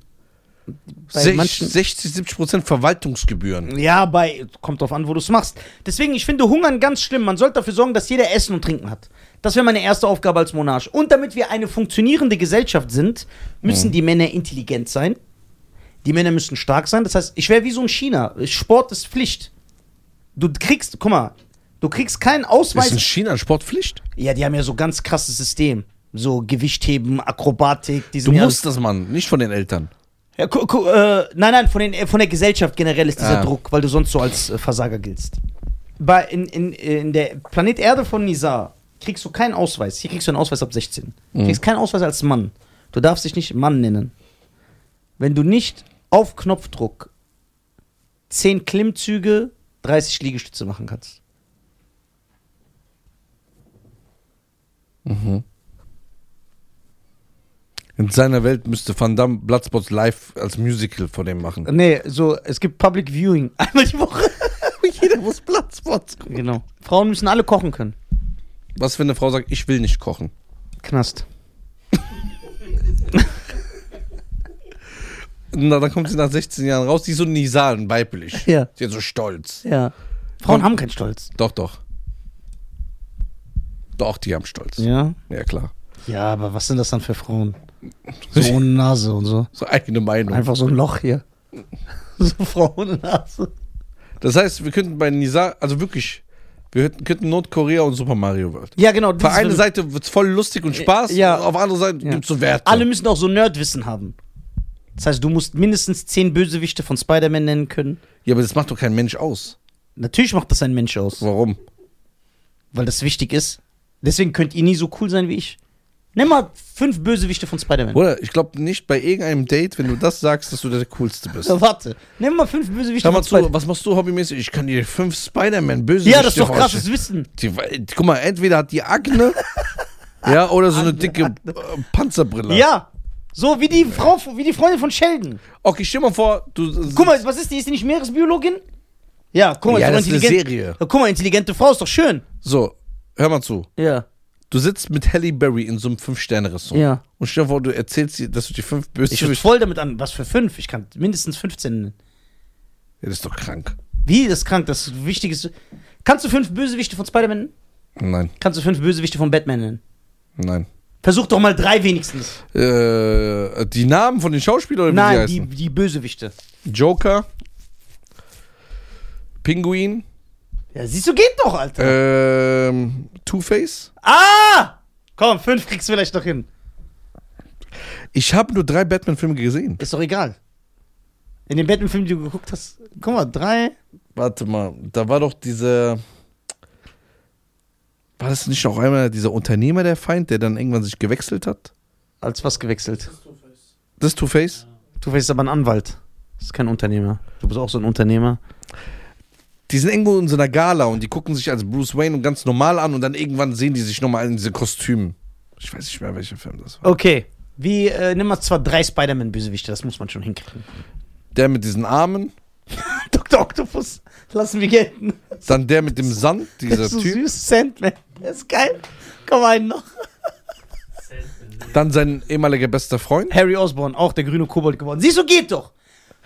Speaker 2: Bei
Speaker 1: Sech,
Speaker 2: manchen-
Speaker 1: 60, 70 Prozent Verwaltungsgebühren.
Speaker 2: ja, bei kommt drauf an, wo du es machst. Deswegen, ich finde Hungern ganz schlimm. Man sollte dafür sorgen, dass jeder Essen und Trinken hat. Das wäre meine erste Aufgabe als Monarch. Und damit wir eine funktionierende Gesellschaft sind, müssen
Speaker 1: Mhm.
Speaker 2: die Männer intelligent sein. Die Männer müssen stark sein. Das heißt, ich wäre wie so ein China. Sport ist Pflicht. Du kriegst, guck mal, du kriegst keinen Ausweis.
Speaker 1: Ist in China Sportpflicht?
Speaker 2: Ja, die haben ja so ganz krasses System. So Gewichtheben, Akrobatik, die
Speaker 1: Du
Speaker 2: sind ja
Speaker 1: musst das, Mann, nicht von den Eltern.
Speaker 2: Ja, gu, gu, äh, nein, nein, von, den, äh, von der Gesellschaft generell ist dieser
Speaker 1: Ah.
Speaker 2: Druck, weil du sonst so als äh, Versager giltst. Bei, in, in, äh, in der Planet Erde von Nizar kriegst du keinen Ausweis. Hier kriegst du einen Ausweis ab 16. Du kriegst keinen Ausweis als Mann. Du darfst dich nicht Mann nennen. Wenn du nicht auf Knopfdruck 10 Klimmzüge, 30 Liegestütze machen kannst.
Speaker 1: In seiner Welt müsste Van Damme Bloodspots live als Musical vor dem machen.
Speaker 2: Nee, so, es gibt Public Viewing. Einmal die Woche.
Speaker 1: Jeder muss Bloodspots gucken.
Speaker 2: Genau. Frauen müssen alle kochen können.
Speaker 1: Was, wenn eine Frau sagt, ich will nicht kochen?
Speaker 2: Knast.
Speaker 1: Na, dann kommt sie nach 16 Jahren raus, die ist so nisan, weiblich.
Speaker 2: Ja.
Speaker 1: Die ist so stolz.
Speaker 2: Ja. Frauen haben keinen Stolz.
Speaker 1: Doch, doch. Doch, die haben Stolz.
Speaker 2: Ja.
Speaker 1: Ja, klar.
Speaker 2: Ja, aber was sind das dann für Frauen? So ohne Nase und so.
Speaker 1: So eigene Meinung.
Speaker 2: Einfach so ein Loch hier. So Frau ohne Nase.
Speaker 1: Das heißt, wir könnten bei Nisa, also wirklich, wir hätten- könnten Nordkorea und Super Mario World.
Speaker 2: Ja, genau.
Speaker 1: Für eine Seite wird's voll lustig und Spaß,
Speaker 2: Ja.
Speaker 1: und auf andere Seite gibt's so Werte.
Speaker 2: Alle müssen auch so Nerdwissen haben. Das heißt, du musst mindestens zehn Bösewichte von Spider-Man nennen können.
Speaker 1: ja, aber das macht doch kein Mensch aus.
Speaker 2: Natürlich macht das ein Mensch aus,
Speaker 1: Warum?
Speaker 2: weil das wichtig ist. Deswegen könnt ihr nie so cool sein wie ich. Nimm mal fünf Bösewichte von Spider-Man.
Speaker 1: Bruder, ich glaube nicht bei irgendeinem Date, wenn du das sagst, dass du der Coolste bist.
Speaker 2: So, warte. Nimm mal fünf Bösewichte
Speaker 1: Sag mal zu,
Speaker 2: Spider-Man.
Speaker 1: was machst du hobbymäßig? Ich kann dir fünf Spider-Man böse
Speaker 2: Ja, das ist doch krasses Wissen.
Speaker 1: Die, guck mal, entweder hat die Akne, ja, oder so eine dicke äh, Panzerbrille.
Speaker 2: Ja. So wie die Frau, wie die Freundin von Sheldon.
Speaker 1: Okay, stell mal vor, du.
Speaker 2: Guck mal, was ist die? Ist die nicht Meeresbiologin? Ja, guck mal,
Speaker 1: Ja,
Speaker 2: ist doch
Speaker 1: das ist eine
Speaker 2: intelligent.
Speaker 1: Serie.
Speaker 2: Ja, guck mal, intelligente Frau ist doch schön.
Speaker 1: So, hör mal zu.
Speaker 2: Ja.
Speaker 1: Du sitzt mit Halle Berry in so einem Fünf-Sterne-Restaurant.
Speaker 2: Ja.
Speaker 1: Und stell dir vor, du erzählst dir, dass du die fünf böse
Speaker 2: Ich würde
Speaker 1: bist.
Speaker 2: voll damit an. Was für fünf? Ich kann mindestens 15 nennen.
Speaker 1: Ja, das ist doch krank.
Speaker 2: Wie? Das ist krank. Das Wichtigste. Kannst du fünf Bösewichte von Spider-Man nennen?
Speaker 1: Nein,
Speaker 2: Kannst du fünf Bösewichte von Batman nennen?
Speaker 1: nein.
Speaker 2: Versuch doch mal drei wenigstens.
Speaker 1: Äh, die Namen von den Schauspielern oder wie
Speaker 2: Nein,
Speaker 1: sie
Speaker 2: die,
Speaker 1: heißen?
Speaker 2: die Bösewichte.
Speaker 1: Joker, Pinguin,
Speaker 2: Ja, siehst du, geht doch, Alter.
Speaker 1: ähm, Two-Face.
Speaker 2: Ah! Komm, fünf kriegst du vielleicht noch hin.
Speaker 1: Ich habe nur drei Batman-Filme gesehen.
Speaker 2: Ist doch egal. In den Batman-Filmen, die du geguckt hast, guck mal, drei.
Speaker 1: Warte mal, da war doch dieser. War das nicht noch einmal dieser Unternehmer der Feind, der dann irgendwann sich gewechselt hat?
Speaker 2: Als was gewechselt?
Speaker 1: Das ist Two-Face?
Speaker 2: Du bist aber ein Anwalt. Das ist kein Unternehmer. Du bist auch so ein Unternehmer.
Speaker 1: Die sind irgendwo in so einer Gala und die gucken sich als Bruce Wayne und ganz normal an und dann irgendwann sehen die sich nochmal in diese Kostümen. Ich weiß nicht mehr, welcher Film das war.
Speaker 2: Okay. Wie, äh, nimm mal zwar drei Spider-Man-Bösewichte, das muss man schon hinkriegen.
Speaker 1: Der mit diesen Armen,
Speaker 2: Dr. Octopus, lassen wir gelten.
Speaker 1: dann der mit dem Sand,
Speaker 2: Der
Speaker 1: dieser
Speaker 2: ist so
Speaker 1: Typ,
Speaker 2: süß, Sandman. Der ist geil. Komm, einen noch.
Speaker 1: dann sein ehemaliger bester Freund.
Speaker 2: Harry Osborn, auch der grüne Kobold geworden. Siehst du, geht doch.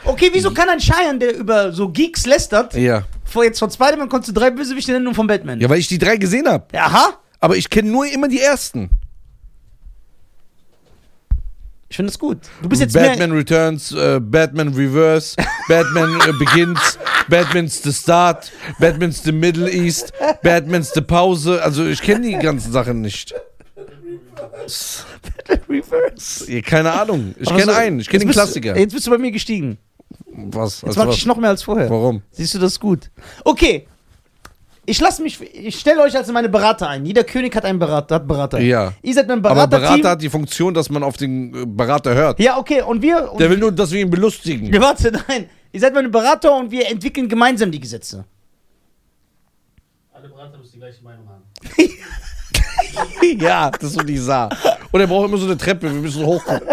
Speaker 2: Okay, wieso kann ein Scheiern, der über so Geeks lästert,
Speaker 1: Ja.
Speaker 2: vor jetzt von Spider-Man konntest du drei Bösewichte nennen und von Batman?
Speaker 1: Ja, weil ich die drei gesehen habe.
Speaker 2: Aha.
Speaker 1: Aber ich kenne nur immer die ersten.
Speaker 2: Ich finde das gut. Du bist jetzt
Speaker 1: Batman
Speaker 2: mehr...
Speaker 1: Returns, äh, Batman Reverse, Batman äh, Begins, Batman's The Start, Batman's The Middle East, Batman's The Pause. Also ich kenne die ganzen Sachen nicht.
Speaker 2: Reverse.
Speaker 1: Ja, Keine Ahnung. Ich
Speaker 2: Aber so-
Speaker 1: kenne einen. Ich kenne
Speaker 2: jetzt
Speaker 1: den
Speaker 2: bist
Speaker 1: Klassiker.
Speaker 2: Du, jetzt bist du bei mir gestiegen.
Speaker 1: Was?
Speaker 2: Jetzt
Speaker 1: Also
Speaker 2: mache
Speaker 1: was?
Speaker 2: ich noch mehr als vorher.
Speaker 1: Warum?
Speaker 2: Siehst du das ist gut? Okay. Ich lasse mich, ich stelle euch als meine Berater ein. Jeder König hat einen Berater, hat Berater.
Speaker 1: Ja.
Speaker 2: Ihr seid mein
Speaker 1: Aber
Speaker 2: Beraterteam.
Speaker 1: Berater hat die Funktion, dass man auf den äh, Berater hört.
Speaker 2: ja, okay, und wir. Und
Speaker 1: Der will nur, dass wir ihn belustigen.
Speaker 2: Ja, warte, nein. Ihr seid meine Berater und wir entwickeln gemeinsam die Gesetze.
Speaker 3: Alle Berater müssen die gleiche Meinung haben.
Speaker 1: ja, das ist so die Saar. Und er braucht immer so eine Treppe, wir müssen hochgucken.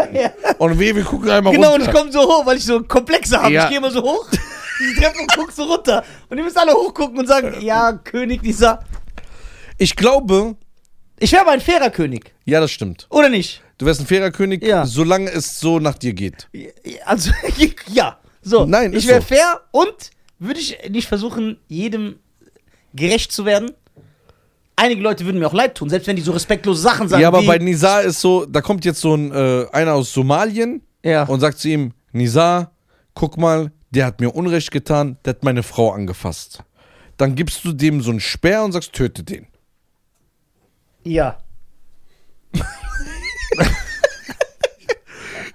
Speaker 1: Und wir, wir gucken einmal
Speaker 2: Genau, und
Speaker 1: runter.
Speaker 2: ich komme so hoch, weil ich so komplexe habe.
Speaker 1: Ja.
Speaker 2: Ich gehe immer so hoch, die Treppe und guck so runter. Und ihr müsst alle hochgucken und sagen,
Speaker 1: Äh,
Speaker 2: ja, König dieser.
Speaker 1: ich glaube,
Speaker 2: Ich wäre aber ein fairer König,
Speaker 1: ja, das stimmt.
Speaker 2: oder nicht?
Speaker 1: Du wärst ein fairer König,
Speaker 2: Ja.
Speaker 1: solange es so nach dir geht.
Speaker 2: Also, ja. So,
Speaker 1: Nein, ist
Speaker 2: ich wäre
Speaker 1: so.
Speaker 2: fair und würde ich nicht versuchen, jedem gerecht zu werden. Einige Leute würden mir auch leid tun, selbst wenn die so respektlose Sachen sagen.
Speaker 1: ja, aber
Speaker 2: wie,
Speaker 1: bei Nizar ist so, da kommt jetzt so ein äh, einer aus Somalien
Speaker 2: Ja.
Speaker 1: und sagt zu ihm, Nizar, guck mal, der hat mir Unrecht getan, der hat meine Frau angefasst. Dann gibst du dem so einen Speer und sagst, töte den.
Speaker 2: Ja.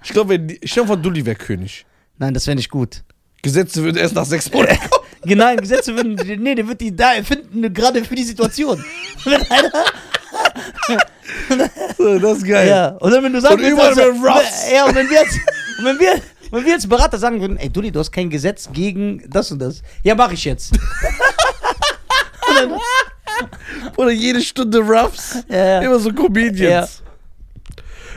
Speaker 1: Ich glaube, wenn die- stell dir vor, Dulli wäre König.
Speaker 2: Nein, das wäre nicht gut.
Speaker 1: Gesetze würden erst nach sechs Monaten kommen.
Speaker 2: Genau, Gesetze würden. Nee, der wird die da erfinden, gerade für die Situation. Wenn einer,
Speaker 1: So, Das ist geil.
Speaker 2: ja. Und dann, wenn du sagst,
Speaker 1: Und überall
Speaker 2: wenn,
Speaker 1: wäre Ross.
Speaker 2: ja, und wenn wir jetzt, und wenn wir, wenn wir jetzt Berater sagen würden, ey Dulli, du hast kein Gesetz gegen das und das. Ja, mach ich jetzt.
Speaker 1: Oder jede Stunde Ruffs.
Speaker 2: Ja, Äh, ja.
Speaker 1: Immer so Comedians.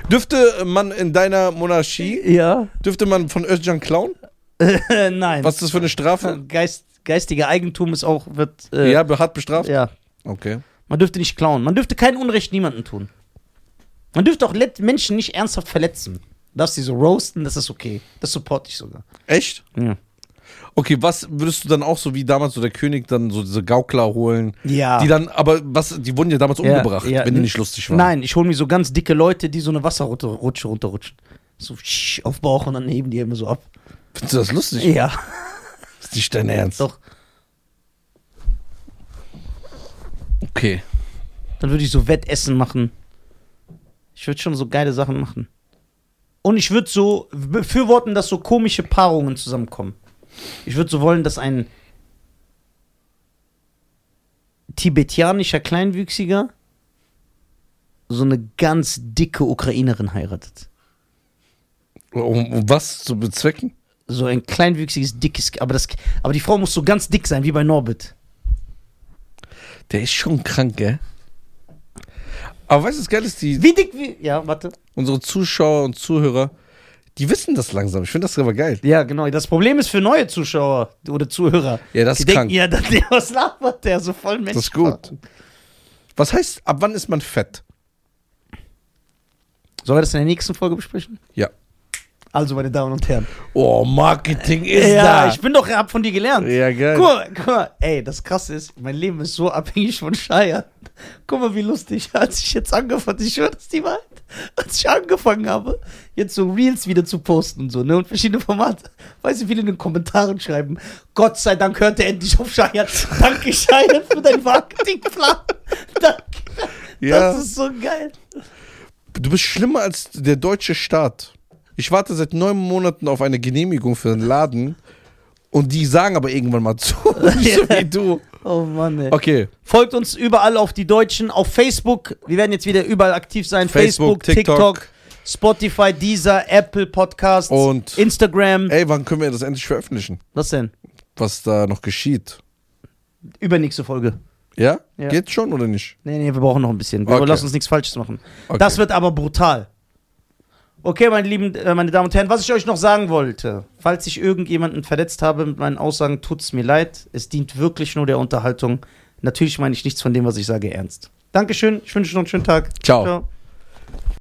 Speaker 1: Dürfte man in deiner Monarchie,
Speaker 2: ja.
Speaker 1: dürfte man von Özcan klauen?
Speaker 2: Äh, nein.
Speaker 1: Was ist das für eine Strafe?
Speaker 2: Äh, Geist, geistiger Eigentum ist auch, wird. Äh,
Speaker 1: Ja, hart bestraft?
Speaker 2: ja.
Speaker 1: Okay.
Speaker 2: Man dürfte nicht klauen. Man dürfte kein Unrecht niemandem tun. Man dürfte auch let- Menschen nicht ernsthaft verletzen. Darfst sie so roasten, das ist okay. Das supporte ich sogar.
Speaker 1: Echt?
Speaker 2: Ja.
Speaker 1: Okay, was würdest du dann auch so wie damals so der König dann so diese Gaukler holen?
Speaker 2: Ja.
Speaker 1: Die dann, aber was, die wurden ja damals umgebracht,
Speaker 2: Ja, ja.
Speaker 1: wenn die nicht lustig waren.
Speaker 2: Nein, ich hole mir so ganz dicke Leute, die so eine Wasserrutsche runterrutschen. So schsch, auf Bauch und dann heben die immer so ab.
Speaker 1: Findest du das lustig?
Speaker 2: Ja,
Speaker 1: Ist nicht dein Ernst.
Speaker 2: doch.
Speaker 1: Okay.
Speaker 2: Dann würde ich so Wettessen machen. Ich würde schon so geile Sachen machen. Und ich würde so befürworten, dass so komische Paarungen zusammenkommen. Ich würde so wollen, dass ein tibetianischer Kleinwüchsiger so eine ganz dicke Ukrainerin heiratet.
Speaker 1: Um, um was zu bezwecken?
Speaker 2: So ein kleinwüchsiges, dickes. Aber, das, aber die Frau muss so ganz dick sein, wie bei Norbit.
Speaker 1: Der ist schon krank, gell? Aber weißt du, das Geile ist, die,
Speaker 2: Wie dick, wie. Ja, warte.
Speaker 1: unsere Zuschauer und Zuhörer, die wissen das langsam. Ich finde das aber geil.
Speaker 2: Ja, genau. Das Problem ist für neue Zuschauer oder Zuhörer.
Speaker 1: Ja, das
Speaker 2: die
Speaker 1: ist
Speaker 2: denken,
Speaker 1: krank.
Speaker 2: ja, das, der, was labert der? So voll Mensch.
Speaker 1: Das ist gut. Was heißt, ab wann ist man fett?
Speaker 2: Sollen wir das in der nächsten Folge besprechen?
Speaker 1: Ja.
Speaker 2: Also, meine Damen und Herren.
Speaker 1: Oh, Marketing ist
Speaker 2: ja,
Speaker 1: da.
Speaker 2: ich bin doch, hab von dir gelernt.
Speaker 1: Ja, geil.
Speaker 2: Guck mal, guck mal, ey, das krasse ist, mein Leben ist so abhängig von Scheier. Guck mal, wie lustig, als ich jetzt angefangen, ich höre das die Wahrheit, als ich angefangen habe, jetzt so Reels wieder zu posten und so, ne, und verschiedene Formate, weißt du, viele in den Kommentaren schreiben, Gott sei Dank hört er endlich auf Scheier. Danke, Scheier, für deinen Marketingplan. Danke.
Speaker 1: Ja.
Speaker 2: Das ist so geil.
Speaker 1: Du bist schlimmer als der deutsche Staat. Ich warte seit neun Monaten auf eine Genehmigung für einen Laden und die sagen aber irgendwann mal zu, nicht so wie du.
Speaker 2: Oh Mann, ey.
Speaker 1: Okay,
Speaker 2: Folgt uns überall auf die Deutschen, auf Facebook. Wir werden jetzt wieder überall aktiv sein.
Speaker 1: Facebook,
Speaker 2: Facebook,
Speaker 1: TikTok.
Speaker 2: TikTok, Spotify, Deezer, Apple Podcasts,
Speaker 1: Und-
Speaker 2: Instagram.
Speaker 1: ey, wann können wir das endlich veröffentlichen?
Speaker 2: Was denn?
Speaker 1: Was da noch geschieht?
Speaker 2: Übernächste Folge.
Speaker 1: Ja?
Speaker 2: Ja.
Speaker 1: Geht's schon oder nicht?
Speaker 2: Nee, nee, wir brauchen noch ein bisschen. Wir
Speaker 1: Okay.
Speaker 2: lassen uns nichts Falsches machen.
Speaker 1: Okay.
Speaker 2: Das wird aber brutal. Okay, meine lieben, äh, meine Damen und Herren, was ich euch noch sagen wollte, falls ich irgendjemanden verletzt habe mit meinen Aussagen, tut's mir leid. Es dient wirklich nur der Unterhaltung. Natürlich meine ich nichts von dem, was ich sage, ernst. Dankeschön. Ich wünsche noch einen schönen Tag.
Speaker 1: Ciao.
Speaker 2: Ciao.